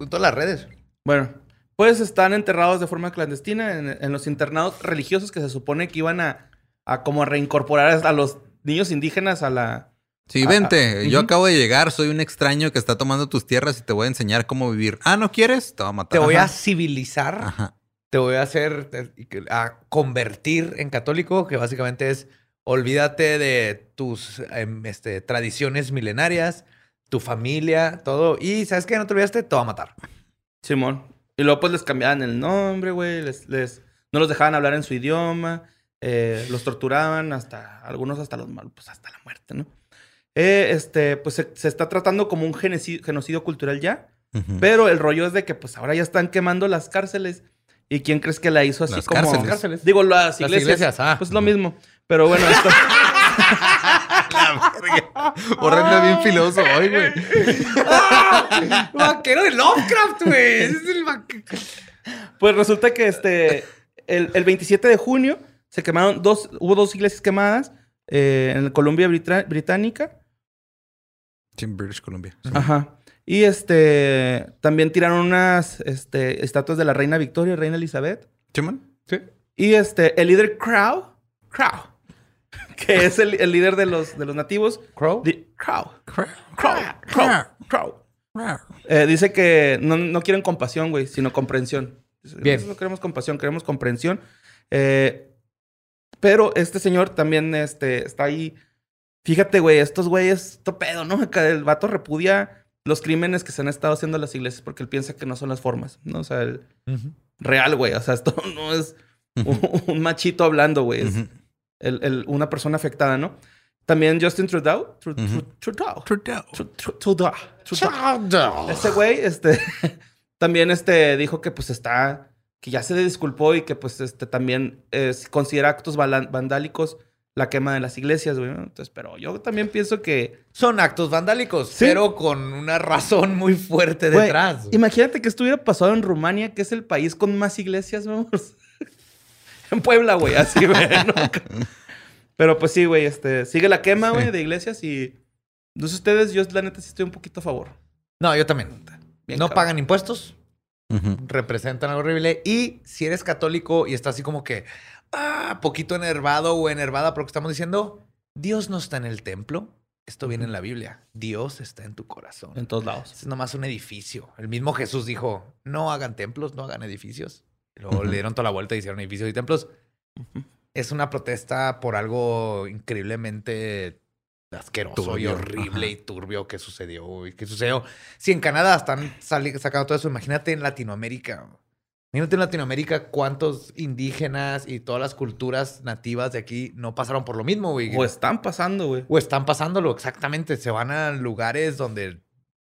Speaker 2: en todas las redes.
Speaker 4: Bueno, pues están enterrados de forma clandestina en, en los internados religiosos que se supone que iban a, a como reincorporar a los niños indígenas a la...
Speaker 3: Sí,
Speaker 4: Ah,
Speaker 3: vente,
Speaker 4: ah,
Speaker 3: yo
Speaker 4: ujú.
Speaker 3: acabo de llegar, soy un extraño que está tomando tus tierras y te voy a enseñar cómo vivir. Ah, ¿no quieres? Te voy a matar.
Speaker 2: Te voy a
Speaker 3: Ajá.
Speaker 2: civilizar,
Speaker 3: Ajá.
Speaker 2: te voy a hacer, te- a convertir en católico, que básicamente es olvídate de tus em, este, tradiciones milenarias, tu familia, todo. Y ¿sabes qué? No te olvidaste, te va a matar.
Speaker 4: Simón. Y luego pues les cambiaban el nombre, güey. Les, les, no los dejaban hablar en su idioma. eh, los torturaban hasta... Algunos hasta los mal- pues hasta la muerte, ¿no? Eh, este, pues se, se está tratando como un geneci- genocidio cultural ya.
Speaker 3: Ujú.
Speaker 4: Pero el rollo es de que pues ahora ya están quemando las cárceles. ¿Y quién crees que la hizo así
Speaker 3: Las
Speaker 4: como
Speaker 3: cárceles.
Speaker 2: Cárceles.
Speaker 4: Digo, las
Speaker 2: Las
Speaker 4: iglesias.
Speaker 2: iglesias, ah.
Speaker 4: Pues lo mismo. Pero bueno, esto.
Speaker 3: Horrenda bien filoso hoy, güey.
Speaker 2: Vaquero de Lovecraft, güey. Ese Es el vaque-
Speaker 4: pues resulta que este. El, el 27 de junio se quemaron dos. Hubo dos iglesias quemadas eh, en Colombia Britra- Británica.
Speaker 3: Sí, en British Columbia.
Speaker 4: Ajá. Y este. También tiraron unas este, estatuas de la reina Victoria y reina Elizabeth.
Speaker 3: ¿Chimón?
Speaker 4: Y este, el líder Crow, Crow, que es el, el líder de los, de los nativos.
Speaker 2: Crow?
Speaker 4: di- Crow. Crow. Crow.
Speaker 3: Ah.
Speaker 4: Crow. Eh, dice que no, no quieren compasión, güey, sino comprensión. Dice,
Speaker 2: Bien.
Speaker 4: Nosotros no queremos compasión, queremos comprensión. Eh, pero este señor también este, está ahí. Fíjate, güey, estos güeyes, esto pedo, ¿no? Acá el vato repudia los crímenes que se han estado haciendo en las iglesias porque él piensa que no son las formas, ¿no? O sea, el real, güey. O sea, esto no es un, un machito hablando, güey. Es
Speaker 3: Ujú.
Speaker 4: el- el- una persona afectada, ¿no? También Justin Trudeau. Tru-
Speaker 3: Ujú.
Speaker 4: Tru- Trudeau.
Speaker 3: Trudeau.
Speaker 4: Tru- Tru- Trudeau. Trudeau. Ese güey, este, también este, dijo que pues está, que ya se disculpó y que pues este, también eh, considera actos bala- vandálicos la quema de las iglesias, güey. ¿no? Entonces, pero yo también pienso que...
Speaker 2: Son actos vandálicos,
Speaker 4: Sí.
Speaker 2: pero con una razón muy fuerte
Speaker 4: Güey,
Speaker 2: detrás. güey.
Speaker 4: Imagínate que estuviera pasado en Rumania, que es el país con más iglesias, vamos. en Puebla, güey, así, güey. ¿no? Pero pues sí, güey, este, sigue la quema, güey, de iglesias y... No sé ustedes, yo la neta sí estoy un poquito a favor.
Speaker 2: No, yo también.
Speaker 4: Bien
Speaker 2: no
Speaker 4: cabrón.
Speaker 2: pagan impuestos, pues
Speaker 3: Ujú.
Speaker 2: representan algo horrible. Y si eres católico y estás así como que, ah, poquito enervado o enervada por lo que estamos diciendo, Dios no está en el templo. Esto viene en la Biblia. Dios está en tu corazón.
Speaker 4: En todos lados.
Speaker 2: Es nomás un edificio. El mismo Jesús dijo, no hagan templos, no hagan edificios. Y Luego
Speaker 3: Ujú.
Speaker 2: le dieron toda la vuelta y hicieron edificios y templos. Es una protesta por algo increíblemente asqueroso y
Speaker 3: Turbio,
Speaker 2: horrible
Speaker 3: ajá.
Speaker 2: y turbio que sucedió y que sucedió. Si en Canadá están sali- sacando todo eso, imagínate en Latinoamérica. Imagínate en Latinoamérica cuántos indígenas y todas las culturas nativas de aquí no pasaron por lo mismo, güey.
Speaker 4: O están pasando, güey.
Speaker 2: O están pasándolo, exactamente. Se van a lugares donde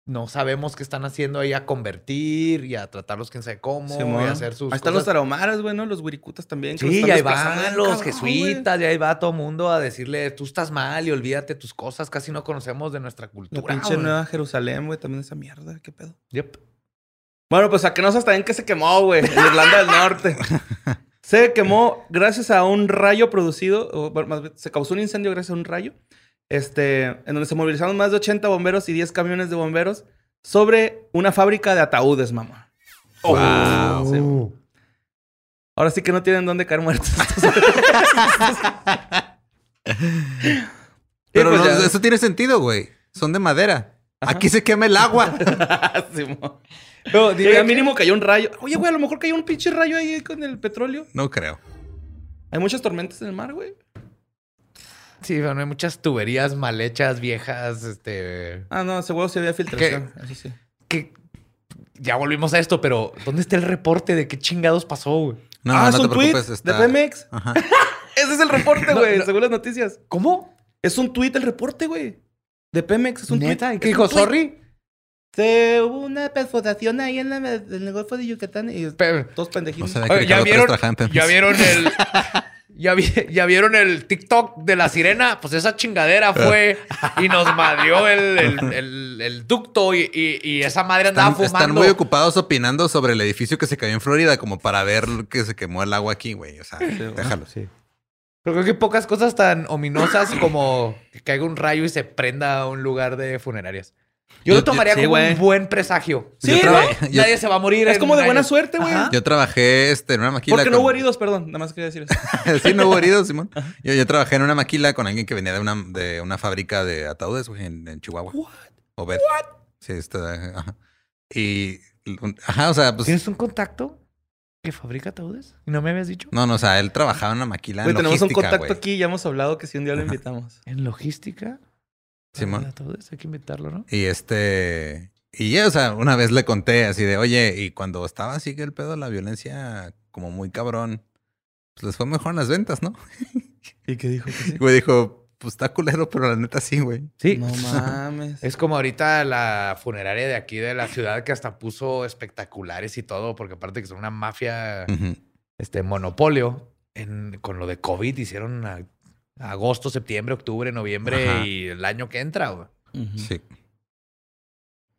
Speaker 2: no sabemos qué están haciendo ahí a convertir y a tratarlos quién sabe cómo
Speaker 4: Simón.
Speaker 2: y a hacer sus
Speaker 4: Ahí están los
Speaker 2: cosas.
Speaker 4: tarahumaras, güey, ¿no? Los wirikutas también. que
Speaker 2: Sí,
Speaker 4: están
Speaker 2: y ahí
Speaker 4: desplazando
Speaker 2: van
Speaker 4: bien,
Speaker 2: los
Speaker 4: cabrón,
Speaker 2: jesuitas, y ahí va todo mundo a decirle, tú estás mal y olvídate tus cosas, casi no conocemos de nuestra
Speaker 4: güey.
Speaker 2: cultura.
Speaker 4: La pinche
Speaker 2: güey".
Speaker 4: Nueva Jerusalén, güey, también esa mierda. ¿Qué pedo?
Speaker 2: Yep.
Speaker 4: Bueno, pues a que no sabes también que se quemó, güey, en Irlanda del Norte. Se quemó gracias a un rayo producido, o bueno, más bien, se causó un incendio gracias a un rayo, este, en donde se movilizaron más de 80 bomberos y 10 camiones de bomberos sobre una fábrica de ataúdes, mamá.
Speaker 3: Oh. Wow.
Speaker 4: Ahora sí que no tienen dónde caer muertos. estos-
Speaker 3: Pero
Speaker 4: pues
Speaker 3: no,
Speaker 4: ya.
Speaker 3: eso tiene sentido, güey. Son de madera. Aquí se quema el agua.
Speaker 4: Ah, Simón.
Speaker 2: No,
Speaker 4: Y al mínimo cayó un rayo. Oye, güey, a lo mejor cayó un pinche rayo ahí con el petróleo.
Speaker 3: No creo.
Speaker 4: Hay muchas tormentas en el mar, güey.
Speaker 2: Sí, bueno, hay muchas tuberías mal hechas, viejas, este...
Speaker 4: Ah, no, ese huevo se había filtración. Eso sí.
Speaker 2: Que ya volvimos a esto, pero ¿dónde está el reporte de qué chingados pasó, güey?
Speaker 3: No,
Speaker 4: ah,
Speaker 3: no
Speaker 4: es
Speaker 3: te
Speaker 4: un tweet
Speaker 3: preocupes. Está...
Speaker 4: de Pemex.
Speaker 3: Ajá.
Speaker 4: Ese es el reporte, güey, según las noticias.
Speaker 2: ¿Cómo?
Speaker 4: Es un tweet el reporte, güey. De Pemex, es un
Speaker 2: ¿Neta?
Speaker 4: tweet.
Speaker 2: ¿Y qué dijo? ¿Sorry?
Speaker 4: Se hubo una perforación ahí en, la- en el Golfo de Yucatán y
Speaker 2: Pe-
Speaker 4: todos
Speaker 3: No
Speaker 4: pendejitos.
Speaker 3: sabía
Speaker 2: Oye,
Speaker 3: que
Speaker 2: ¿ya
Speaker 3: Ricardo Pérez
Speaker 2: vieron,
Speaker 3: trabajaba en Pemex.
Speaker 2: ya vieron el... Ya, vi- ya vieron el TikTok de la sirena, pues esa chingadera fue y nos madrió el, el- el- el ducto y, y- y esa madre andaba
Speaker 3: Están, están
Speaker 2: fumando.
Speaker 3: muy ocupados opinando sobre el edificio que se cayó en Florida, como para ver que se quemó el agua aquí, güey. O sea, déjalo.
Speaker 2: Pero creo que hay pocas cosas tan ominosas como que caiga un rayo y se prenda un lugar de funerarias. Yo,
Speaker 3: Yo-
Speaker 2: lo
Speaker 3: yo-
Speaker 2: tomaría
Speaker 4: sí,
Speaker 2: como
Speaker 4: güey.
Speaker 2: un buen presagio.
Speaker 3: Sí,
Speaker 2: Yo
Speaker 3: ¿no?
Speaker 2: traba-
Speaker 3: Yo-
Speaker 2: Nadie se va a morir.
Speaker 4: Es
Speaker 2: en
Speaker 4: como de
Speaker 2: un
Speaker 4: buena
Speaker 2: año.
Speaker 4: suerte, güey.
Speaker 2: Ajá.
Speaker 3: Yo trabajé este, en una maquila.
Speaker 4: Porque no
Speaker 3: con- Ah,
Speaker 4: hubo heridos, perdón. Nada más quería decir eso.
Speaker 3: sí, no hubo heridos, Simón. Yo, yo trabajé en una maquila con alguien que venía de una, de una fábrica de ataúdes, güey, en, en Chihuahua. What? Obed. Sí, está. Ajá. Y. Ajá, o sea, pues.
Speaker 2: ¿Tienes un contacto que fabrica ataúdes? ¿Y no me habías dicho?
Speaker 3: No, no, o sea, él trabajaba en una maquila.
Speaker 4: Güey,
Speaker 3: en
Speaker 4: tenemos un
Speaker 3: logística,
Speaker 4: contacto
Speaker 3: güey.
Speaker 4: aquí. Ya hemos hablado que si un día lo invitamos.
Speaker 2: En logística.
Speaker 3: Simón.
Speaker 2: fabrica Ataúdes, hay que inventarlo, ¿no?
Speaker 3: Y este. Y ya, o sea, una vez le conté así de, oye, y cuando estaba así que el pedo de la violencia, como muy cabrón, pues les fue mejor en las ventas, ¿no?
Speaker 4: ¿Y qué dijo? Que sí?
Speaker 3: Y güey dijo, pues está culero, pero la neta sí, güey.
Speaker 2: Sí.
Speaker 4: No mames.
Speaker 2: Es como ahorita la funeraria de aquí de la ciudad que hasta puso espectaculares y todo, porque aparte que son una mafia
Speaker 4: Mm.
Speaker 3: Ujú.
Speaker 2: este monopolio en- con lo de COVID hicieron a- agosto, septiembre, octubre, noviembre
Speaker 3: Ajá.
Speaker 2: y el año que entra, güey.
Speaker 4: Ujú.
Speaker 3: Sí.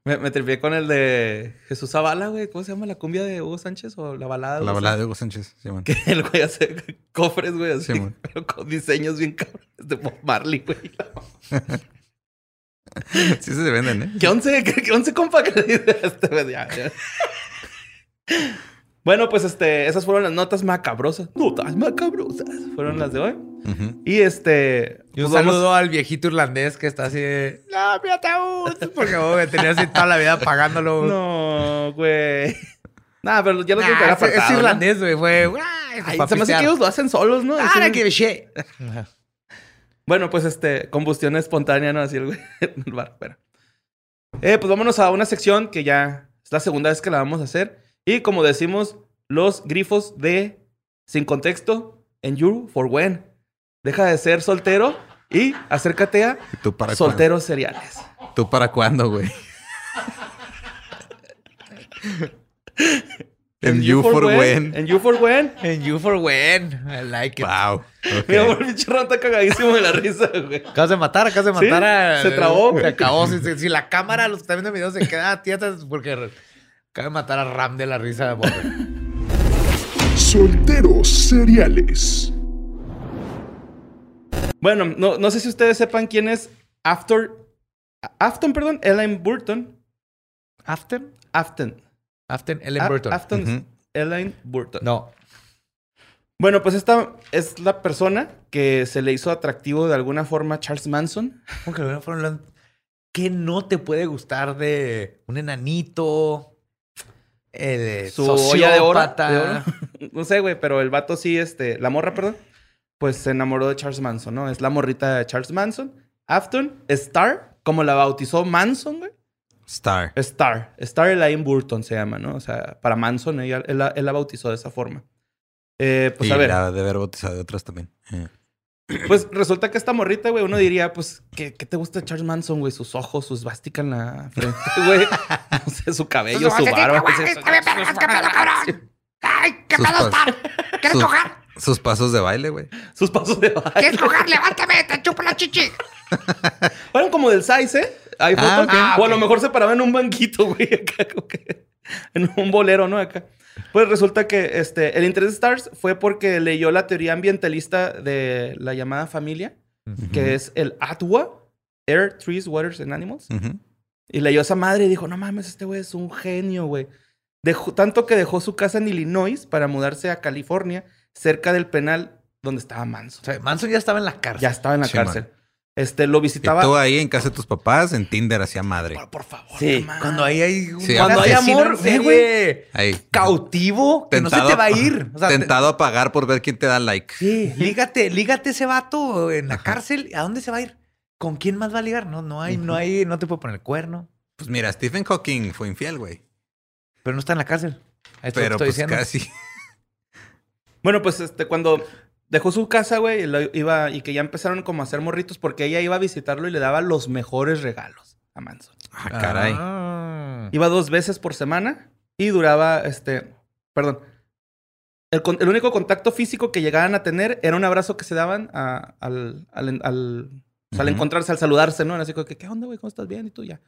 Speaker 4: Me, me tripié con el de Jesús Zavala, güey. ¿Cómo se llama la cumbia de Hugo Sánchez o la balada? de
Speaker 3: La
Speaker 4: Hugo
Speaker 3: balada de Hugo Sánchez, Simón.
Speaker 4: Que el güey hace cofres, güey, así,
Speaker 3: Simón.
Speaker 4: pero con diseños bien cabrones de Bob Marley, güey.
Speaker 3: Sí se venden, ¿eh?
Speaker 4: ¿Qué once, qué, qué once compa que le dice este, güey? Ya, ya. Bueno, pues este, esas fueron las notas macabrosas. Notas macabrosas. Fueron las de hoy.
Speaker 3: Ujú.
Speaker 4: Y este.
Speaker 2: Y un
Speaker 4: pues vamos-
Speaker 2: saludo al viejito irlandés que está así de... ¡No, mi ataúd! Porque güey, me tenía así toda la vida pagándolo. güey.
Speaker 4: No, güey. Nah, pero ya lo
Speaker 2: Nah,
Speaker 4: tengo que haber
Speaker 2: es- es,
Speaker 4: apartado, ¿no?
Speaker 2: irlandés, güey. Fue... "Ay,
Speaker 4: Ay,
Speaker 2: pa'
Speaker 4: se me hace
Speaker 2: pistear".
Speaker 4: que ellos lo hacen solos, ¿no?
Speaker 2: Ah,
Speaker 4: Así-
Speaker 2: I give a shit.
Speaker 4: Bueno, pues este, combustión espontánea, ¿no? Así el güey en el bar. Bueno. Eh, pues vámonos a una sección que ya es la segunda vez que la vamos a hacer. Y como decimos, los grifos de Sin Contexto en You for When. Deja de ser soltero y acércate a
Speaker 3: ¿Y tú para
Speaker 4: solteros seriales.
Speaker 3: cuándo? ¿Tú para cuándo, güey? en You for When.
Speaker 4: En You for When.
Speaker 2: And you for when. I like it.
Speaker 3: Wow. ok.
Speaker 4: Mira, el pinche rata cagadísimo de la risa, güey.
Speaker 2: Acabas de matar, acabas de matar a...
Speaker 4: se trabó, güey.
Speaker 2: Se acabó. Si, si- si la cámara, los que están viendo videos, se queda tietas porque... Acaba de matar a Ram de la risa. güey.
Speaker 5: Solteros seriales.
Speaker 4: Bueno, no, no sé si ustedes sepan quién es After. Afton, perdón, Ellen Burton.
Speaker 2: ¿Afton?
Speaker 4: Afton.
Speaker 2: Afton Ellen
Speaker 4: A-
Speaker 2: Burton.
Speaker 4: Afton
Speaker 3: Ujú.
Speaker 4: Elaine Burton.
Speaker 2: No.
Speaker 4: Bueno, pues esta es la persona que se le hizo atractivo de alguna forma a Charles Manson.
Speaker 2: ¿Cómo que lo vieron fueron hablando? ¿Qué no te puede gustar de un enanito? El
Speaker 4: Su olla de oro.
Speaker 2: Eh, sociópata?
Speaker 4: de oro. no sé, güey, pero el vato sí, este, la morra, perdón, pues se enamoró de Charles Manson, ¿no? Es la morrita de Charles Manson. Afton, Star, como la bautizó Manson, güey.
Speaker 3: Star.
Speaker 4: Star. Star Elaine Burton se llama, ¿no? O sea, para Manson, ella- él, la- él la bautizó de esa forma. Eh, pues
Speaker 3: y
Speaker 4: a ver.
Speaker 3: la de haber bautizado de otras también. Eh.
Speaker 4: Pues resulta que esta morrita, güey, uno diría, pues, ¿qué, qué te gusta de Charles Manson, güey? Sus ojos, sus básicas en la frente, güey. No sé, su cabello, su barba. pues, eso-
Speaker 3: ¿Qué pedo, Star? ¿Quieres coger? Sus pasos de baile, güey.
Speaker 4: sus pasos de baile.
Speaker 7: coger? Levántame, te chupo la chichi.
Speaker 4: Fueron como del size, ¿eh? Ahí fue
Speaker 3: Ah,
Speaker 4: todo.
Speaker 3: ok.
Speaker 4: O a lo mejor se paraba en un banquito, güey, acá, como que- en un bolero, ¿no? Acá. Pues resulta que este, el interés de Stars fue porque leyó la teoría ambientalista de la llamada familia, que es el ATWA, Air, Trees, Waters and Animals.
Speaker 3: Ujú.
Speaker 4: Y leyó esa madre y dijo, no mames, este güey es un genio, güey. Dejó- tanto que dejó su casa en Illinois para mudarse a California, cerca del penal donde estaba Manson.
Speaker 2: O sea, Manson ya estaba en la cárcel.
Speaker 4: Ya estaba en la
Speaker 3: Sí,
Speaker 4: cárcel. Este, lo
Speaker 3: Y tú
Speaker 4: visitaba.
Speaker 3: ahí en casa de tus papás, en Tinder, hacía madre.
Speaker 2: Por favor.
Speaker 4: Sí.
Speaker 2: mamá. Cuando ahí hay,
Speaker 3: Sí,
Speaker 2: cuando hay
Speaker 4: asesino
Speaker 2: amor,
Speaker 4: en serie.
Speaker 2: ve, güey.
Speaker 3: Ahí.
Speaker 2: Cautivo, que no se te va a ir. O sea, te-
Speaker 3: tentado a pagar por ver quién te da like.
Speaker 2: Sí, lígate, lígate ese vato en la cárcel. ¿A dónde se va a ir? ¿Con quién más va a ligar? No, no hay, no hay, no te puedo poner el cuerno.
Speaker 3: Pues mira, Stephen Hawking fue infiel, güey.
Speaker 2: Pero no está en la cárcel. Ahí está lo que
Speaker 3: Pero
Speaker 2: estoy
Speaker 3: pues
Speaker 2: diciendo.
Speaker 3: casi.
Speaker 4: Bueno, pues este, cuando dejó su casa, güey, y lo iba, y que ya empezaron como a hacer morritos porque ella iba a visitarlo y le daba los mejores regalos a Manson.
Speaker 3: Ah, caray.
Speaker 2: Ah.
Speaker 4: Iba dos veces por semana y duraba, este, perdón. El, con- el único contacto físico que llegaban a tener era un abrazo que se daban a- al, al, al- o sea, al
Speaker 3: Ujú.
Speaker 4: encontrarse, al saludarse, ¿no? Era así como que, ¿qué onda, güey? ¿Cómo estás? Bien, y tú ya.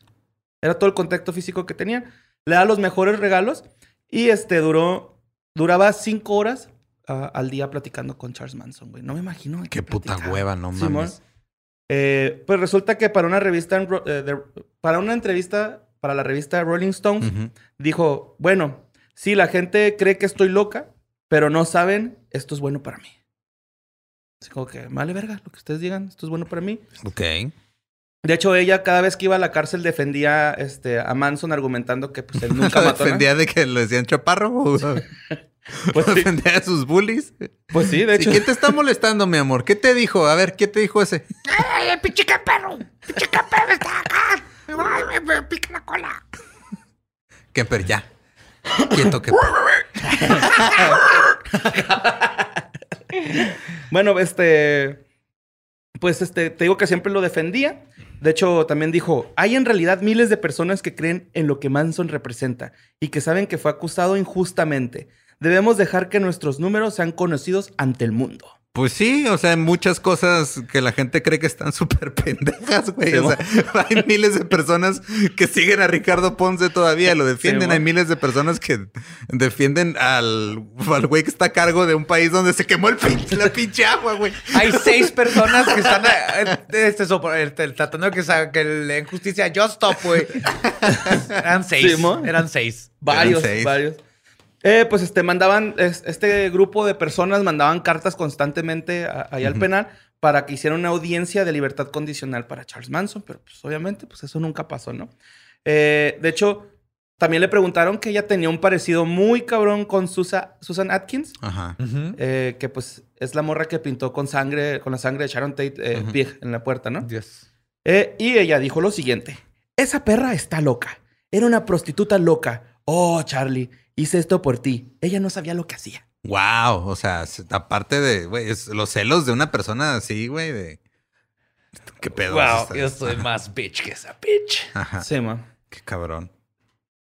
Speaker 4: Era todo el contacto físico que tenían. Le daba los mejores regalos y este duró, duraba cinco horas ah, al día platicando con Charles Manson, güey. No me imagino. de
Speaker 3: Qué puta
Speaker 4: platicaba.
Speaker 3: hueva, no
Speaker 4: Simón.
Speaker 3: mames.
Speaker 4: Eh, pues resulta que para una revista, en Ro- eh, de- para una entrevista, para la revista Rolling Stones,
Speaker 3: Ujú.
Speaker 4: dijo, bueno, sí, la gente cree que estoy loca, pero no saben, esto es bueno para mí. Así como que, vale verga, lo que ustedes digan, esto es bueno para mí.
Speaker 3: Ok.
Speaker 4: De hecho, ella cada vez que iba a la cárcel defendía este, a Manson argumentando que pues él nunca mató a nadie.
Speaker 3: ¿Defendía de que lo decían chaparro? o-
Speaker 4: Pues sí.
Speaker 3: ¿Defendía a sus bullies?
Speaker 4: Pues sí, de
Speaker 3: ¿Y
Speaker 4: hecho.
Speaker 3: quién te está molestando, mi amor? ¿Qué te dijo? A ver, ¿qué te dijo ese?
Speaker 7: ¡Ay, el pinche perro! ¡Pinche perro está acá! ¡Ay, me, me pica la cola!
Speaker 3: Kemper, ya. Quieto, Kemper.
Speaker 4: Bueno, este. Pues este, te digo que siempre lo defendía. De hecho, también dijo: hay en realidad miles de personas que creen en lo que Manson representa y que saben que fue acusado injustamente. Debemos dejar que nuestros números sean conocidos ante el mundo.
Speaker 3: Pues sí, o sea, hay muchas cosas que la gente cree que están súper pendejas, güey. o sea, hay miles de personas que siguen a Ricardo Ponce todavía, lo defienden.
Speaker 4: Sí, mo.
Speaker 3: hay miles de personas que defienden al, al güey que está a cargo de un país donde se quemó el pinche, la pinche agua, güey.
Speaker 2: Hay seis personas que están eh, este, sopo- este, tratando de que, sa- que le den justicia a Just Stop, güey. Eran seis.
Speaker 4: Simón.
Speaker 2: eran seis.
Speaker 4: Varios,
Speaker 3: seis.
Speaker 4: varios. Eh, pues este, mandaban, es- este grupo de personas mandaban cartas constantemente a- ahí al penal para que hicieran una audiencia de libertad condicional para Charles Manson, pero pues obviamente pues eso nunca pasó, ¿no? Eh, de hecho, también le preguntaron que ella tenía un parecido muy cabrón con Susa- Susan Atkins,
Speaker 3: Ajá.
Speaker 4: eh, que pues es la morra que pintó con sangre, con la sangre de Sharon Tate eh,
Speaker 3: Ujú.
Speaker 4: Big en la puerta, ¿no?
Speaker 2: Dios.
Speaker 4: Eh, y ella dijo lo siguiente: Esa perra está loca. Era una prostituta loca. Oh, Charlie, hice esto por ti. Ella no sabía lo que hacía.
Speaker 3: Wow, o sea, se- aparte de, güey, es- los celos de una persona así, güey, de... Qué pedo.
Speaker 2: Wow,
Speaker 3: Está-
Speaker 2: yo soy más bitch que esa bitch.
Speaker 3: Ajá,
Speaker 4: Sí, ma.
Speaker 3: qué cabrón.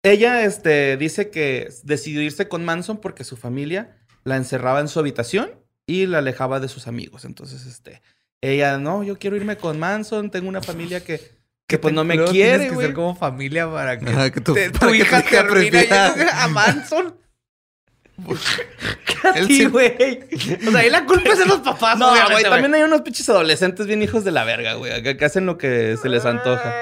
Speaker 4: Ella este, dice que decidió irse con Manson porque su familia la encerraba en su habitación y la alejaba de sus amigos. Entonces, este, ella, no, yo quiero irme con Manson. Tengo una familia que, que pues no me
Speaker 2: Luego
Speaker 4: quiere.
Speaker 2: Tienes que
Speaker 4: güey.
Speaker 2: ser como familia para que,
Speaker 3: Ajá, que tu-
Speaker 2: te-
Speaker 3: para
Speaker 2: tu
Speaker 3: que
Speaker 2: hija
Speaker 3: tu hija
Speaker 2: termina
Speaker 3: prefiera-
Speaker 2: yendo a Manson.
Speaker 3: Él
Speaker 2: Sí,
Speaker 3: sí-
Speaker 2: güey. O sea, ahí la culpa es de los papás,
Speaker 4: No,
Speaker 2: Ah, obviamente,
Speaker 4: güey, también hay unos pinches adolescentes bien hijos de la verga, güey, acá que hacen lo que se les antoja.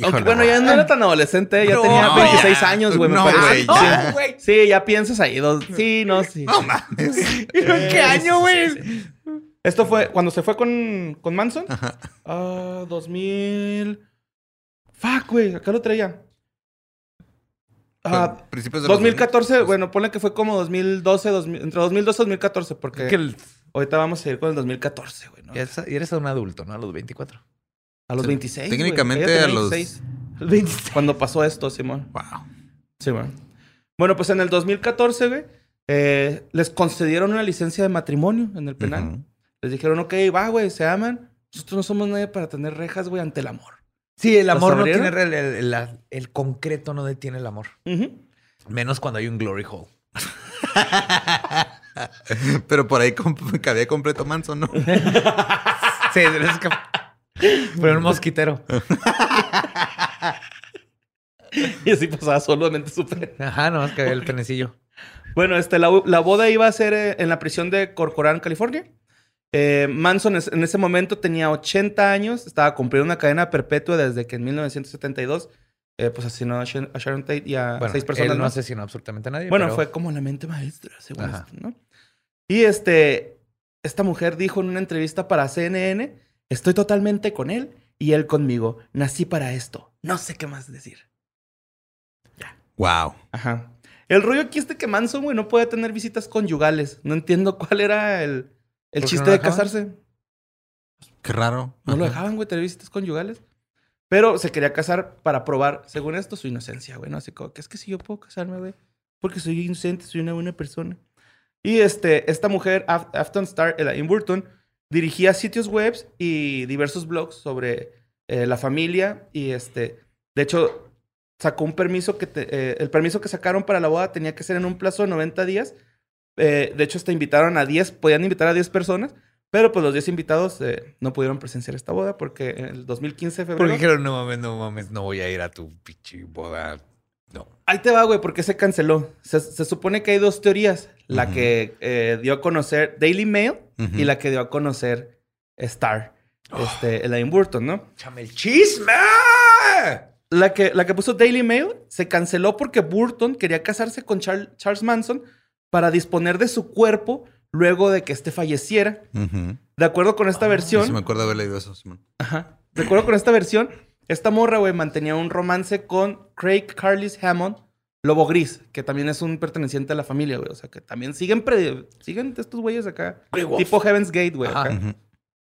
Speaker 4: Aunque,
Speaker 3: Híjole,
Speaker 4: bueno, ya no era tan adolescente, ya
Speaker 2: No,
Speaker 4: tenía
Speaker 2: no,
Speaker 4: 26
Speaker 3: ya.
Speaker 4: años, güey. me
Speaker 3: No,
Speaker 4: parece. Sí.
Speaker 3: güey,
Speaker 2: ya.
Speaker 4: Sí, Sí, ya piensas ahí. dos- Sí, no, sí.
Speaker 3: No mames.
Speaker 2: ¿En qué año, güey?
Speaker 4: Esto fue cuando se fue con, con Manson.
Speaker 3: Ajá.
Speaker 4: Ah, 2000. Fuck, güey, acá lo traía. Ah,
Speaker 3: Fue principios de los
Speaker 4: 2014,
Speaker 3: 2000.
Speaker 4: bueno, ponle que fue como 2012, 2000 entre 2012 y 2014, porque
Speaker 2: Que el-
Speaker 4: ahorita vamos a ir con el 2014, güey. ¿no?
Speaker 2: ya eres- ya eres un adulto, ¿no? A los 24.
Speaker 4: A los
Speaker 3: Sí.
Speaker 4: 26. güey.
Speaker 3: Técnicamente
Speaker 4: Ella tenía
Speaker 3: a los-
Speaker 4: 26. Cuando pasó esto, Simón.
Speaker 3: Wow.
Speaker 4: Sí, bueno. Bueno, pues en el 2014, güey, eh, les concedieron una licencia de matrimonio en el penal.
Speaker 3: Ujú.
Speaker 4: Les dijeron, ok, va, güey, se aman. Nosotros no somos nadie para tener rejas, güey, ante el amor.
Speaker 2: Sí, el
Speaker 4: ¿Los
Speaker 2: amor no
Speaker 4: abrieron?
Speaker 2: tiene. re- El, el- la- el concreto no detiene el amor.
Speaker 4: Ujú.
Speaker 2: Menos cuando hay un glory hole.
Speaker 3: Pero por ahí comp- cabía completo manso, ¿no?
Speaker 2: Sí, es que. Pero un mosquitero.
Speaker 4: Y así pasaba solamente súper.
Speaker 2: Ajá, nomás que había el penecillo.
Speaker 4: Bueno, este, la, la boda iba a ser eh, en la prisión de Corcoran, California. Eh, Manson es- en ese momento tenía 80 años, estaba cumpliendo una cadena perpetua desde que en 1972 eh, pues asesinó a Sharon, a Sharon Tate y a
Speaker 2: Bueno,
Speaker 4: Ah, seis personas
Speaker 2: él no
Speaker 4: más.
Speaker 2: asesinó absolutamente a nadie.
Speaker 4: Bueno,
Speaker 2: pero-
Speaker 4: fue como la mente maestra, según
Speaker 2: Ajá.
Speaker 4: esto, ¿no? Y este, esta mujer dijo en una entrevista para CNN, estoy totalmente con él y él conmigo. Nací para esto. No sé qué más decir.
Speaker 3: Wow.
Speaker 4: Ajá. El rollo aquí es de que Manson, güey, no puede tener visitas conyugales. No entiendo cuál era el, el
Speaker 2: ¿Por qué
Speaker 4: chiste
Speaker 2: no lo
Speaker 4: de
Speaker 2: dejaban?
Speaker 4: casarse.
Speaker 3: Qué raro.
Speaker 4: No lo
Speaker 3: Ajá.
Speaker 4: dejaban, güey, tener visitas conyugales. Pero se quería casar para probar, según esto, su inocencia, güey. ¿no? Así como, que es que si yo puedo casarme, güey. Porque soy inocente, soy una buena persona. Y este, esta mujer, Af- Afton Star, Elaine Burton, dirigía sitios web y diversos blogs sobre eh, la familia. Y este, de hecho, sacó un permiso que... te- eh, el permiso que sacaron para la boda tenía que ser en un plazo de 90 días. Eh, de hecho, te invitaron a 10, podían invitar a 10 personas. Pero pues los 10 invitados eh, no pudieron presenciar esta boda porque en el 2015 de febrero...
Speaker 2: Porque dijeron, no mames, no mames, no voy a ir a tu pinche boda. No.
Speaker 4: Ahí te va, güey, porque se canceló. Se, se supone que hay dos teorías. La
Speaker 3: Ujú.
Speaker 4: que eh, dio a conocer Daily Mail
Speaker 3: Ujú.
Speaker 4: y la que dio a conocer Star, este, Elaine Burton, ¿no?
Speaker 2: ¡Chame el chisme!
Speaker 4: La que, la que puso Daily Mail se canceló porque Burton quería casarse con Char- Charles Manson para disponer de su cuerpo luego de que este falleciera.
Speaker 3: Ujú.
Speaker 4: De acuerdo con esta
Speaker 3: Sí, Ah, sí
Speaker 4: versión,
Speaker 3: me acuerdo haber leído eso, Simón.
Speaker 4: Ajá. De acuerdo con esta versión, esta morra, güey, mantenía un romance con Craig Carlis Hammond, Lobo Gris, que también es un perteneciente a la familia, güey. O sea, que también siguen, pre- siguen estos güeyes acá. Tipo Heaven's Gate, güey.
Speaker 2: Ajá.
Speaker 4: acá.
Speaker 3: Ujú.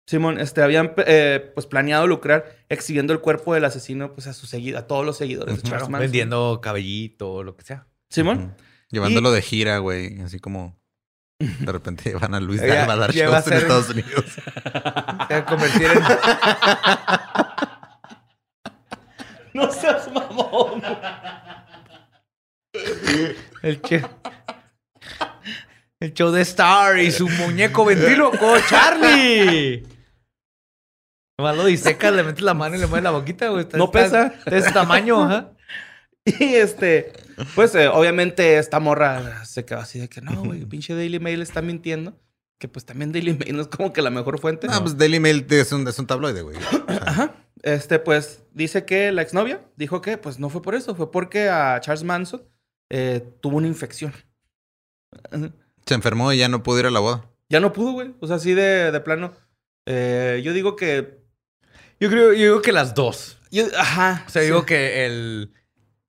Speaker 4: Simón, este, habían eh, pues planeado lucrar exhibiendo el cuerpo del asesino pues a, su segui- a todos los seguidores de Charles Manson.
Speaker 2: vendiendo cabellito o lo que sea.
Speaker 4: Simón.
Speaker 3: Ujú. Llevándolo de gira, güey. Así como de repente van a Luis Dalma a dar
Speaker 2: Ya- ya va a
Speaker 3: shows en
Speaker 2: ser-
Speaker 3: Estados Unidos.
Speaker 2: Se va a
Speaker 4: Ah,
Speaker 2: convertir en.
Speaker 4: No seas mamón.
Speaker 2: El show, el show de Star y su muñeco ventríloco, Charlie. Nomás lo disecas, le metes la mano y le mueves la boquita, güey. Está-
Speaker 4: No
Speaker 2: está-
Speaker 4: pesa.
Speaker 2: De ese tamaño, ajá.
Speaker 4: Y este, pues eh, obviamente esta morra se quedó así de que no, güey, pinche Daily Mail está mintiendo. Que pues también Daily Mail no es como que la mejor fuente.
Speaker 3: No, pues Daily Mail es un, es un tabloide, güey. O sea,
Speaker 4: Este, pues dice que la exnovia dijo que pues no fue por eso, fue porque a Charles Manson eh, tuvo una infección.
Speaker 3: se enfermó y ya no pudo ir a la boda.
Speaker 4: Ya no pudo, güey. O sea, así de, de plano. Eh, yo digo que.
Speaker 2: Yo creo, yo digo que las dos.
Speaker 4: yo- ajá.
Speaker 2: O sea,
Speaker 4: sí.
Speaker 2: digo que el,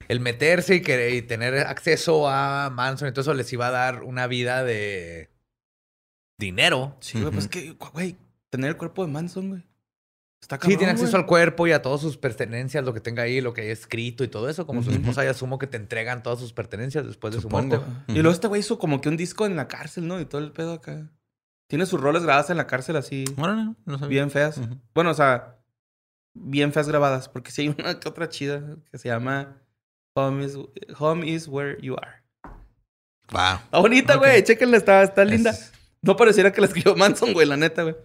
Speaker 2: el meterse y, querer- y tener acceso a Manson y todo eso les iba a dar una vida de dinero.
Speaker 4: Sí, güey, pues que, güey, tener el cuerpo de Manson, güey. Está
Speaker 2: Sí,
Speaker 4: cabrón,
Speaker 2: tiene acceso
Speaker 4: güey.
Speaker 2: al cuerpo y a todas sus pertenencias, lo que tenga ahí, lo que haya escrito y todo eso. Como su
Speaker 4: Ujú.
Speaker 2: esposa, ya asumo que te entregan todas sus pertenencias después de su
Speaker 3: Supongo.
Speaker 2: muerte.
Speaker 4: Y luego este güey hizo como que un disco en la cárcel, ¿no? Y todo el pedo acá. Tiene sus roles grabadas en la cárcel así,
Speaker 3: Órale, no sabía.
Speaker 4: bien feas.
Speaker 3: Ujú.
Speaker 4: Bueno, o sea, bien feas grabadas, porque sí hay una que otra chida que se llama Home is, Home is Where You Are.
Speaker 3: Wow.
Speaker 4: Está bonita, güey. Chéquenla, está, está linda.
Speaker 3: Es-
Speaker 4: No pareciera que la escribió Manson, güey, la neta, güey.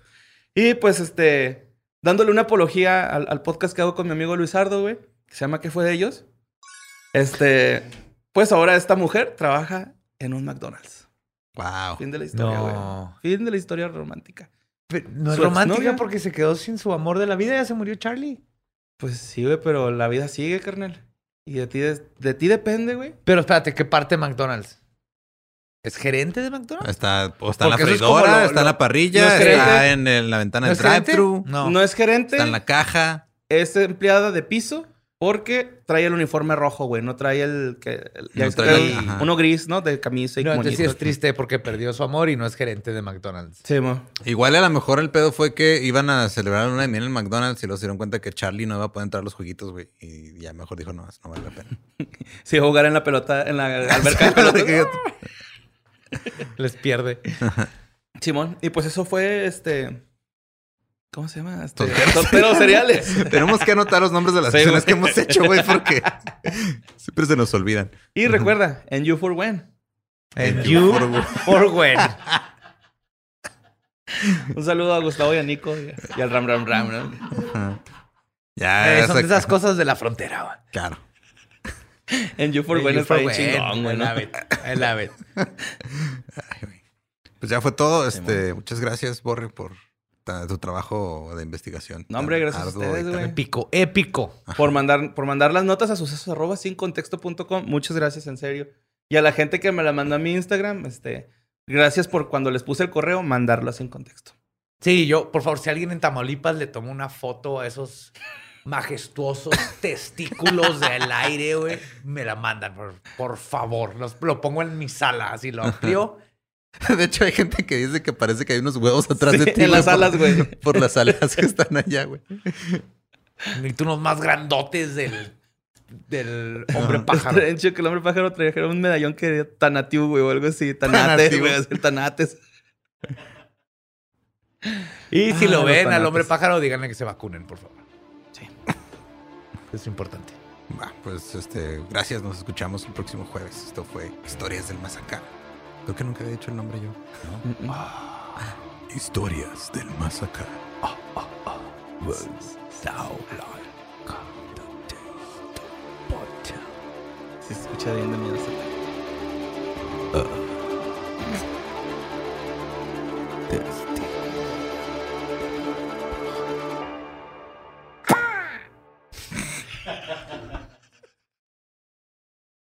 Speaker 4: Y pues, este, dándole una apología al, al podcast que hago con mi amigo Luisardo, güey, que se llama ¿Qué fue de ellos? Este, pues ahora esta mujer trabaja en un McDonald's.
Speaker 3: Wow.
Speaker 4: Fin de la historia, güey.
Speaker 2: No.
Speaker 4: Fin de la historia romántica.
Speaker 2: Pero No es
Speaker 4: ¿Su
Speaker 2: romántica
Speaker 4: exnovia?
Speaker 2: porque se quedó sin su amor de la vida. Ya se murió Charlie.
Speaker 4: Pues sí, güey, pero la vida sigue, carnal. Y de ti, des- de ti depende, güey.
Speaker 2: Pero espérate, ¿qué parte de McDonald's? ¿Es gerente de McDonald's?
Speaker 3: Está, o está en la
Speaker 2: Porque eso es como
Speaker 3: freidora,
Speaker 2: lo-
Speaker 3: está en
Speaker 2: lo-
Speaker 3: la parrilla,
Speaker 2: ¿no es
Speaker 3: está
Speaker 2: gerente?
Speaker 3: en el- la ventana
Speaker 2: ¿No
Speaker 3: del
Speaker 2: es gerente?
Speaker 3: drive-thru,
Speaker 2: No.
Speaker 4: No es gerente,
Speaker 3: está en la caja.
Speaker 4: es empleada de piso Porque trae el uniforme rojo, güey. No trae el... Que, el- ya
Speaker 3: No
Speaker 4: ves que
Speaker 3: trae
Speaker 4: trae
Speaker 3: el-
Speaker 4: el-
Speaker 3: ajá.
Speaker 4: uno gris, ¿no? De camisa y
Speaker 2: No, entonces
Speaker 4: moñito.
Speaker 2: sí es triste porque perdió su amor y no es gerente de McDonald's.
Speaker 4: Sí, mo.
Speaker 3: Igual a lo mejor el pedo fue que iban a celebrar una de miel en el McDonald's y luego se dieron cuenta que Charlie no iba a poder entrar a los jueguitos, güey. Y ya mejor dijo, no, eso no vale la pena.
Speaker 4: Sí, jugar en la pelota, en la alberca de pelota.
Speaker 2: Les pierde.
Speaker 4: Simón. Y pues eso fue, este... ¿Cómo se llama? Este, Tonteros cereales.
Speaker 3: Tenemos que anotar los nombres de las
Speaker 4: Sí,
Speaker 3: acciones
Speaker 4: güey.
Speaker 3: que hemos hecho, güey, porque siempre se nos olvidan.
Speaker 4: Y recuerda, en You For When.
Speaker 2: And you for when.
Speaker 4: Ah, Un saludo a Gustavo y a Nico y, y al Ram Ram Ram. ¿no?
Speaker 3: Ya,
Speaker 2: Eh,
Speaker 3: ya
Speaker 2: son
Speaker 3: se-
Speaker 2: de esas cosas de la frontera. güey.
Speaker 3: Claro.
Speaker 4: En You For
Speaker 2: And
Speaker 4: When
Speaker 2: you
Speaker 4: está
Speaker 2: for
Speaker 4: bien
Speaker 2: when.
Speaker 4: chingón, güey.
Speaker 2: I
Speaker 4: ¿no?
Speaker 2: love it. I love it.
Speaker 3: Pues ya fue todo. Este, muchas gracias, Borre, por ta- tu trabajo de investigación.
Speaker 4: No, hombre, gracias a
Speaker 3: Arduo
Speaker 4: ustedes,
Speaker 3: y tal.
Speaker 4: güey.
Speaker 2: Épico, épico.
Speaker 4: por mandar, por mandar las notas a sucesos arroba sin contexto.com. Muchas gracias, en serio. Y a la gente que me la mandó a mi Instagram, este, gracias por cuando les puse el correo, mandarlo a sin contexto.
Speaker 2: Sí, yo, por favor, si alguien en Tamaulipas le toma una foto a esos majestuosos testículos del aire, güey, me la mandan, por, por favor. Los- lo pongo en mi sala, así lo amplio.
Speaker 3: De hecho, hay gente que dice que parece que hay unos huevos atrás
Speaker 4: Sí,
Speaker 3: de ti.
Speaker 4: en las
Speaker 3: por-
Speaker 4: alas, güey.
Speaker 3: Por las alas que están allá, güey.
Speaker 2: Necesito unos más grandotes del, del hombre pájaro.
Speaker 4: Estaría chido que el hombre pájaro trajera un medallón que era tanatiu, güey, o algo así. Tanates,
Speaker 3: Tanatiu.
Speaker 4: güey, así, tanates.
Speaker 2: Y si
Speaker 4: Ah,
Speaker 2: lo
Speaker 4: los
Speaker 2: ven al
Speaker 4: tanates.
Speaker 2: hombre pájaro, díganle que se vacunen, por favor. Sí. Es importante.
Speaker 3: Va, pues este, gracias, nos escuchamos el próximo jueves. Esto fue Historias del Más Acá. Creo que nunca había dicho el nombre yo.
Speaker 4: Mm,
Speaker 3: Ah, Historias del Más Acá.
Speaker 4: Oh, Se escucha bien de miedo.
Speaker 8: Test.